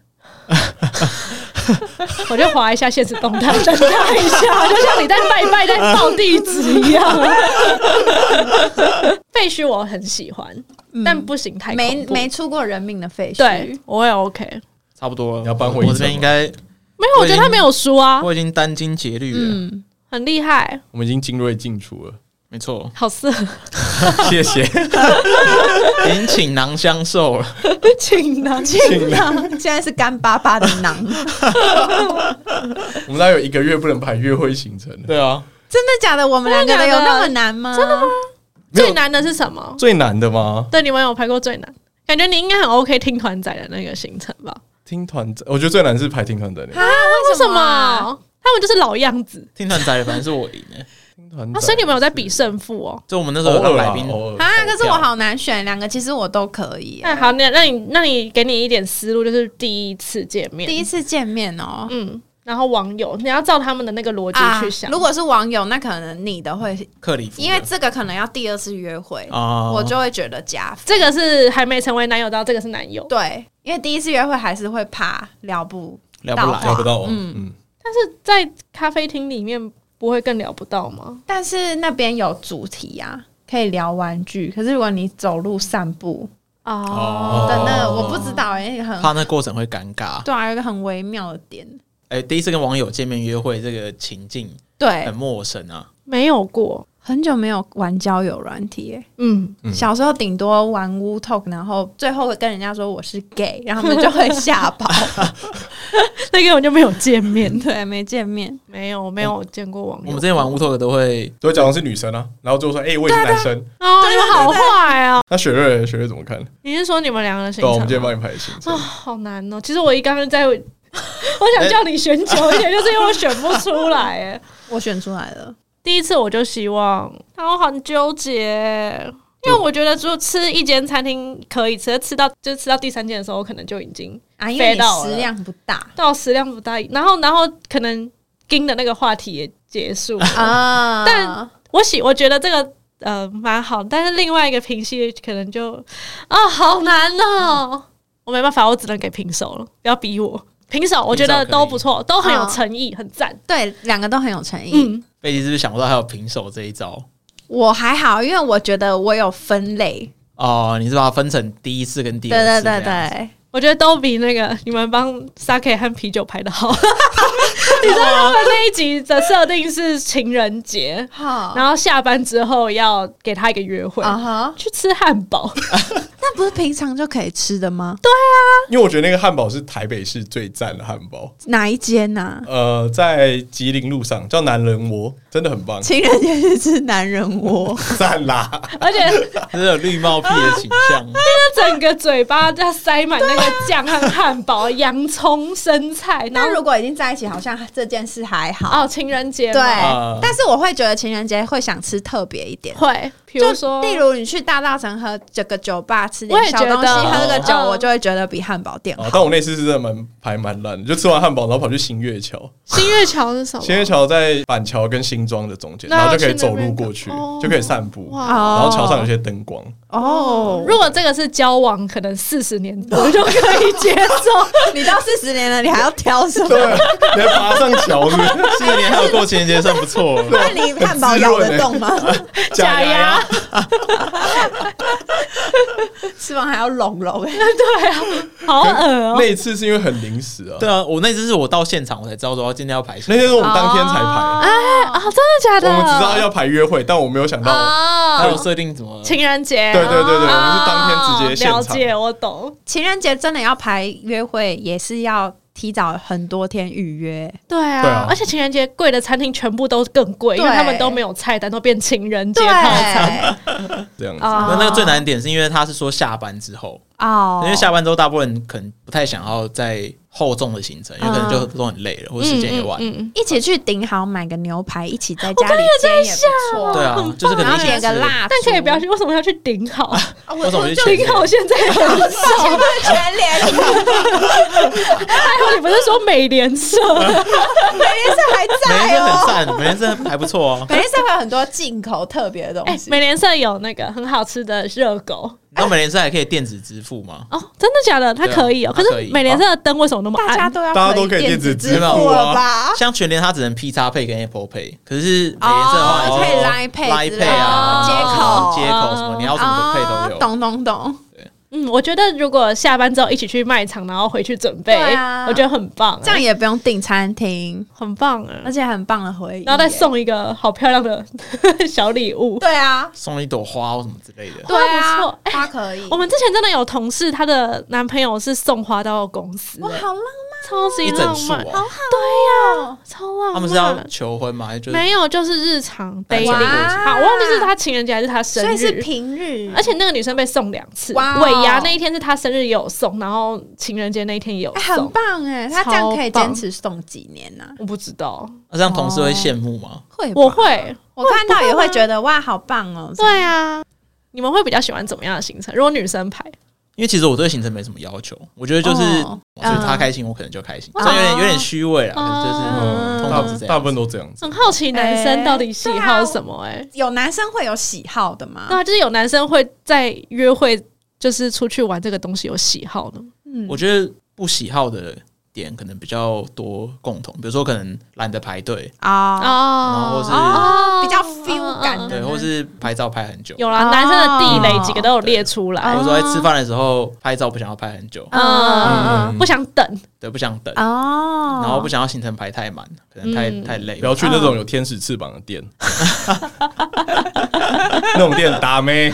我就 划一下现实动态，等他一下，就像你在拜拜在报地址一 样。废墟我很喜欢，但不行太
没
嗯恐怖
没出过人命的废墟。
对，我也 OK。
差不多了。
你要搬回一
我这边
层
应该，
没有，我觉得他没有输啊，
我已经殚精竭虑了。
嗯，
很厉害，
我们已经精锐尽出了，
没错，
好色，
谢谢，
已经倾囊相授了。
请拿请
尽量。
现在是干巴巴的囊，
我们大概有一个月不能排约会行程了。
对啊，
真的假的？我们两个
真的
的
假
有
的
那么难吗？真的吗？
没有
最难的是什么？
最难的吗？
对，你们有排过最难？感觉你应该很 OK 听团仔的那个行程吧？
听团仔，我觉得最难是排听团仔那个。
那为什
啊？
么？他们就是老样子
听团仔反正是我赢诶。
听团
啊！
仔，
所以你们有在比胜负哦？
就我们那时候有
偶
让
尔
来
啦
宾
偶尔
啊，可是我好难选，两个其实我都可以耶。
哎，好，那那你那你给你一点思路，就是第一次见面，
第一次见面哦，
嗯，然后网友，你要照他们的那个逻
啊
辑去想。
如果是网友，那可能你的会，
克里夫的，
因为这个可能要第二次约会，
哦
啊，
我就会觉得加分。
这个是还没成为男友，到这个是男友，
对，因为第一次约会还是会怕聊不
聊不来
聊不到，
嗯
嗯
但是在咖啡厅里面不会更聊不到吗？
但是那边有主题啊，可以聊玩具，可是如果你走路散步
哦
哦，
的那个，我不知道哎、那个
怕
很
那过程会尴尬。
对啊，有一个很微妙的点，
哎、第一次跟网友见面约会，这个情境
对
嗯
很，陌生啊。
没有过，
很久没有玩交友软体、欸，
嗯，
嗯
小时候顶多玩 w Talk，然后最后跟人家说我是 gay，然后他们就会吓 跑，
那个我就没有 见面，
对，没见面，
没有没有见过网友，
我们之前玩乌托克都会，
都会假装是女生啊，然后就说：“哎、我也是男生。
哦，你们好坏啊！
那雪瑞，雪瑞怎么看？
你是说你们两个人行
对啊，我们今天
程吗？
帮你排行
啊，
程。
好啊难哦！其实我一刚刚在， 我
哎
想叫你选久一点，就是因为我选不出来。哎，
我选出来了，
第一次我就希望，但我很纠结。因为我觉得，就吃一间餐厅可以吃，吃到就是吃到第三间的时候，我可能就已经
啊，因为
飞
你
到了
食量不大
到食量不大，然后然后可能盯的那个话题也结 束了。
啊，
但我喜我觉得这个呃蛮好，但是另外一个评析可能就啊、好难哦、我没办法，我只能给平手了，不要逼我。平手我觉得都不错，都很有诚意，很赞。
对两个都很有诚意。
嗯，
贝蒂是不是想不到还有平手这一招？
我还好，因为我觉得我有分类，
哦，你是把它分成第一次跟第
对
二次，啊
对对，对，
我觉得都比那个你们帮 Sake 和啤酒排的好。 你知道他们那一集的设定是情人节，
好
然后下班之后要给他一个约会，
啊哈，
去吃汉堡。
那不是平常就可以吃的吗？
因为我觉得那个汉堡是台北市最赞的汉堡，
哪一间啊呐、
呃，在吉林路上叫男人窝，真的很 棒，
情人节是吃男人窝，
赞啦！
而且
就是有绿帽癖的倾 向。
他整个嘴巴要塞满那个酱和汉堡、洋葱、生菜，然
那如
后
果已经在一起，好像这件事还好。
哦，情人节
对，
嘛
啊
但是我会觉得情人节会想吃特别一点。
会，比
就
如说，
例如你去大稻城喝这个酒吧吃
我
点
也
小
觉得
东西，喝个酒，
嗯
我就会觉得比汉堡店好。
啊，但我那次是真的蛮排蛮烂的，就吃完汉堡，然后跑去新月桥，
新月桥是什么？
新月桥在板桥跟新庄的中间，
那
然
要
后就可以
去那
走路
边
过去
哦，
就可以散步，
哇
然后桥上有些灯光，
哦，
如果这个是交往，可能四十年我就可以接受。
你到四十年了，你还要挑什么？
对， 啊你还爬上桥是不是？
新年还有过情人节算不错了。
那你汉堡咬得动吗？
假牙，
吃完还要拢拢，哎
对啊，好恶哦、
那一次是因为很临时啊，
对啊，我那次是我到现场我才知道说哦要今天要排
那
谁。
天是我们当天才排，
哎啊，真的假的？
我们只知道要排约会，但我没有想到，
还有
哦，
设定怎么？
情人节，
对对对对，我们是
哦
当天直接现
了
场。
解，我懂。
情人节真的要排约会，也是要提早很多天预约。
对啊，
对啊
而且情人节贵的餐厅全部都更贵，因为
对
他们都没有菜单，都变情人节
对
套餐。
这样子。
那
啊
那个最难的点是因为他是说下班之后，
哦，
因为下班之后大部分人可能不太想要再厚重的行程，因为可能就都很累了，或者时间也晚。
嗯嗯嗯嗯
一起去顶好买个牛排，一起在家里煎也不
嗯
错。
对
哦
啊，就是可
然
能
后
一起
点
吃
个。蜡烛，
但可以 不要去，为什么要去顶 好？哎
啊
为什么
我
去
就
情
顶好
人节？
现在很少，
全联，
还好你不是说美联社？
美联社还在
每天真的很
哦，
赞，每天真的还不错哦。
美联社会有很多进口特别的
哎
东，西。
美联社有那个很好吃的热狗
你知道美联社还可以电子支付吗？
哦，真的假的？它
对啊
可以哦，
它
可
可
是
以
美联社的灯为什么那么
大家
暗？
都要
大家都可
电
以电子
支
支
付啊
付
付了吧？
像全联它只能 P 叉配跟 Apple Pay，可是美联社的话
哦，可以来配
来
之类
配
的
哦
啊，
接口
接口什么，你要什么的配都有。
哦懂懂懂，
嗯，我觉得如果下班之后一起去卖场，然后回去准备
对啊，
我觉得很棒，欸
这样也不用订餐厅，
很棒
而
啊。
且很棒的回忆。
然后再，送一个好漂亮的 小礼物，
对啊，
送一朵花或什么之类
哎
的。
对
不
啊
错，
花可以
我。们之前真的有同事，她的男朋友是送花到公司
哇，
的，
好浪
超级
一整
浪
束
啊
漫，
哦，
漫哦！
超浪漫。
他们是要求婚吗？还是就是
没有，就是日常 daily。
哇
好，我忘记是他情人节还是他生
所以是
日。
平日，
而且那个女生被送两次，
哇哦
尾牙那一天是她生日也有送，然后情人节那一天也有
哎
送。
很棒哎，他这样可以
超
坚
棒
持送几年啊呢？
我不知道，
那这样啊同事会羡慕吗？
会吧，
我会。
我看到也会觉得哇，好棒哦！
对啊，你们会比较喜欢怎么样的行程？如果女生排，
因为其实我对行程没什么要求，我觉得就是
哦
就是他开心，我可能就开心，虽然有点有点虚伪啦，
嗯哦
就是嗯通常是这
嗯大大
样
部。分都这样子。
很好奇男生到底喜
啊
好什么、哎、
有男生会有喜好的吗
对？啊，就是有男生会在约会，就是出去玩这个东西有喜好的吗。
嗯
我觉得不喜好的点可能比较多共同，比如说可能懒得排队，
啊，
哦
然后是
哦嗯
比较 feel 感的
对，或是拍照拍很久，
有啊啦，
哦
男生的地雷几个都有列出来，
啊
或者说在吃饭的时候拍照不想要拍很久，
嗯嗯嗯，不想等，
对，不想等，
哦，
然后不想要行程排太满，可能太
嗯
太累
不要
了。
去那种有天使翅膀的 店，那种店打妹，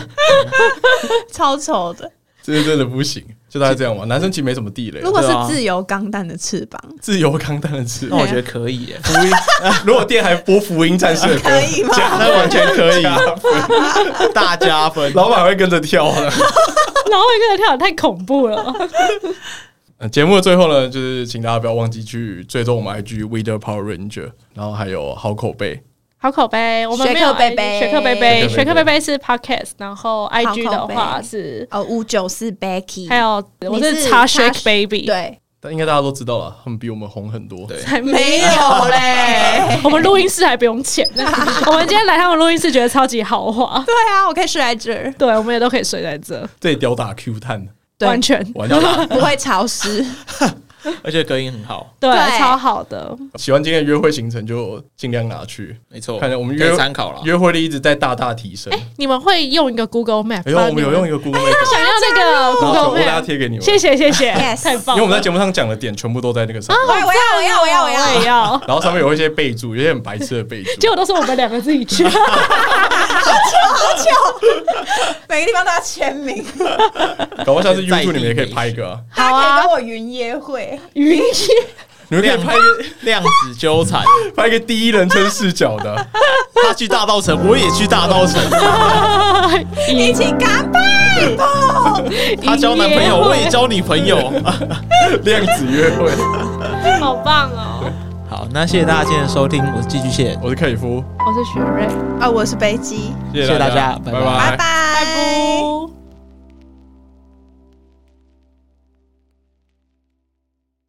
超丑的。
这是真的不行。就大家这样玩，男生其实没什么地雷啊，
如果
对啊
是自由钢弹的翅膀，
自由扛当然吃
那。我觉得可以耶，
福音， 如果店还播福音战士的歌，
可以吗
加
那完全可 以
加分
大加 分。
老板会跟着跳啊的。
然后一个人跳得太恐怖了。
呃节目的最后呢，就是请大家不要忘记去追踪我们 IG Weather Power Ranger，然后还有好口碑。
好口碑，我们没有
学客贝
IG
贝
学客贝贝，
学
学
客
客
贝
贝贝是 podcast，然后 IG
好
的
口碑
话是，
哦，五九四 Becky，
还有我
你
是
是
茶
茶
shake
shake-
baby，，
对，
但应该大家都知道了，他们比我们红很多。
对
还没
没有 嘞，
我们录音室还不 用钱，我们今天来他们录音室觉得超级豪华，
对啊，我可以睡在这儿，
对，我们也都可以睡在这，
这里吊打 Q 碳，
对
完全
完全。
不会潮 湿。
而且隔音很好，
对，
对
超好的，
喜欢今天的约会行程就尽量拿去，
没错，
看来我们
哦可
约
以参考了。
约会力一直在大大提升。
你们会用一个 Google Map？
哎呦，
吗
我们有用一
你
个 Google Map，
想要那个
然后
Google
我大家
Map，
贴给你们，
谢谢谢谢
Yes
太
因
棒了，
为我们在节目上讲的点全部都在那个上
啊
我
面，
要我要我要我要我
哦我
要，
也要，
然后上面有一些备注，有一些很白痴的备注
结。果都是我们两个自 己去，
每个地方都要签名，
搞不好下次 YouTube 你们也可以拍一个啊，
大家可以跟我云约会，
云天
你们可以
量
拍
拍量子纠缠，
拍一个第一人称视角的啊。
他去大道城，我也去大道城。
一起干杯吧！
他交男朋友，我也交女朋友。
量子约会。
好棒哦！
好，那谢谢大家今天的收听，我是寄居蟹，
我是克里夫，
我是雪瑞，
啊，我是北基，
谢
谢谢大
大家
家，拜拜
拜拜。
拜拜。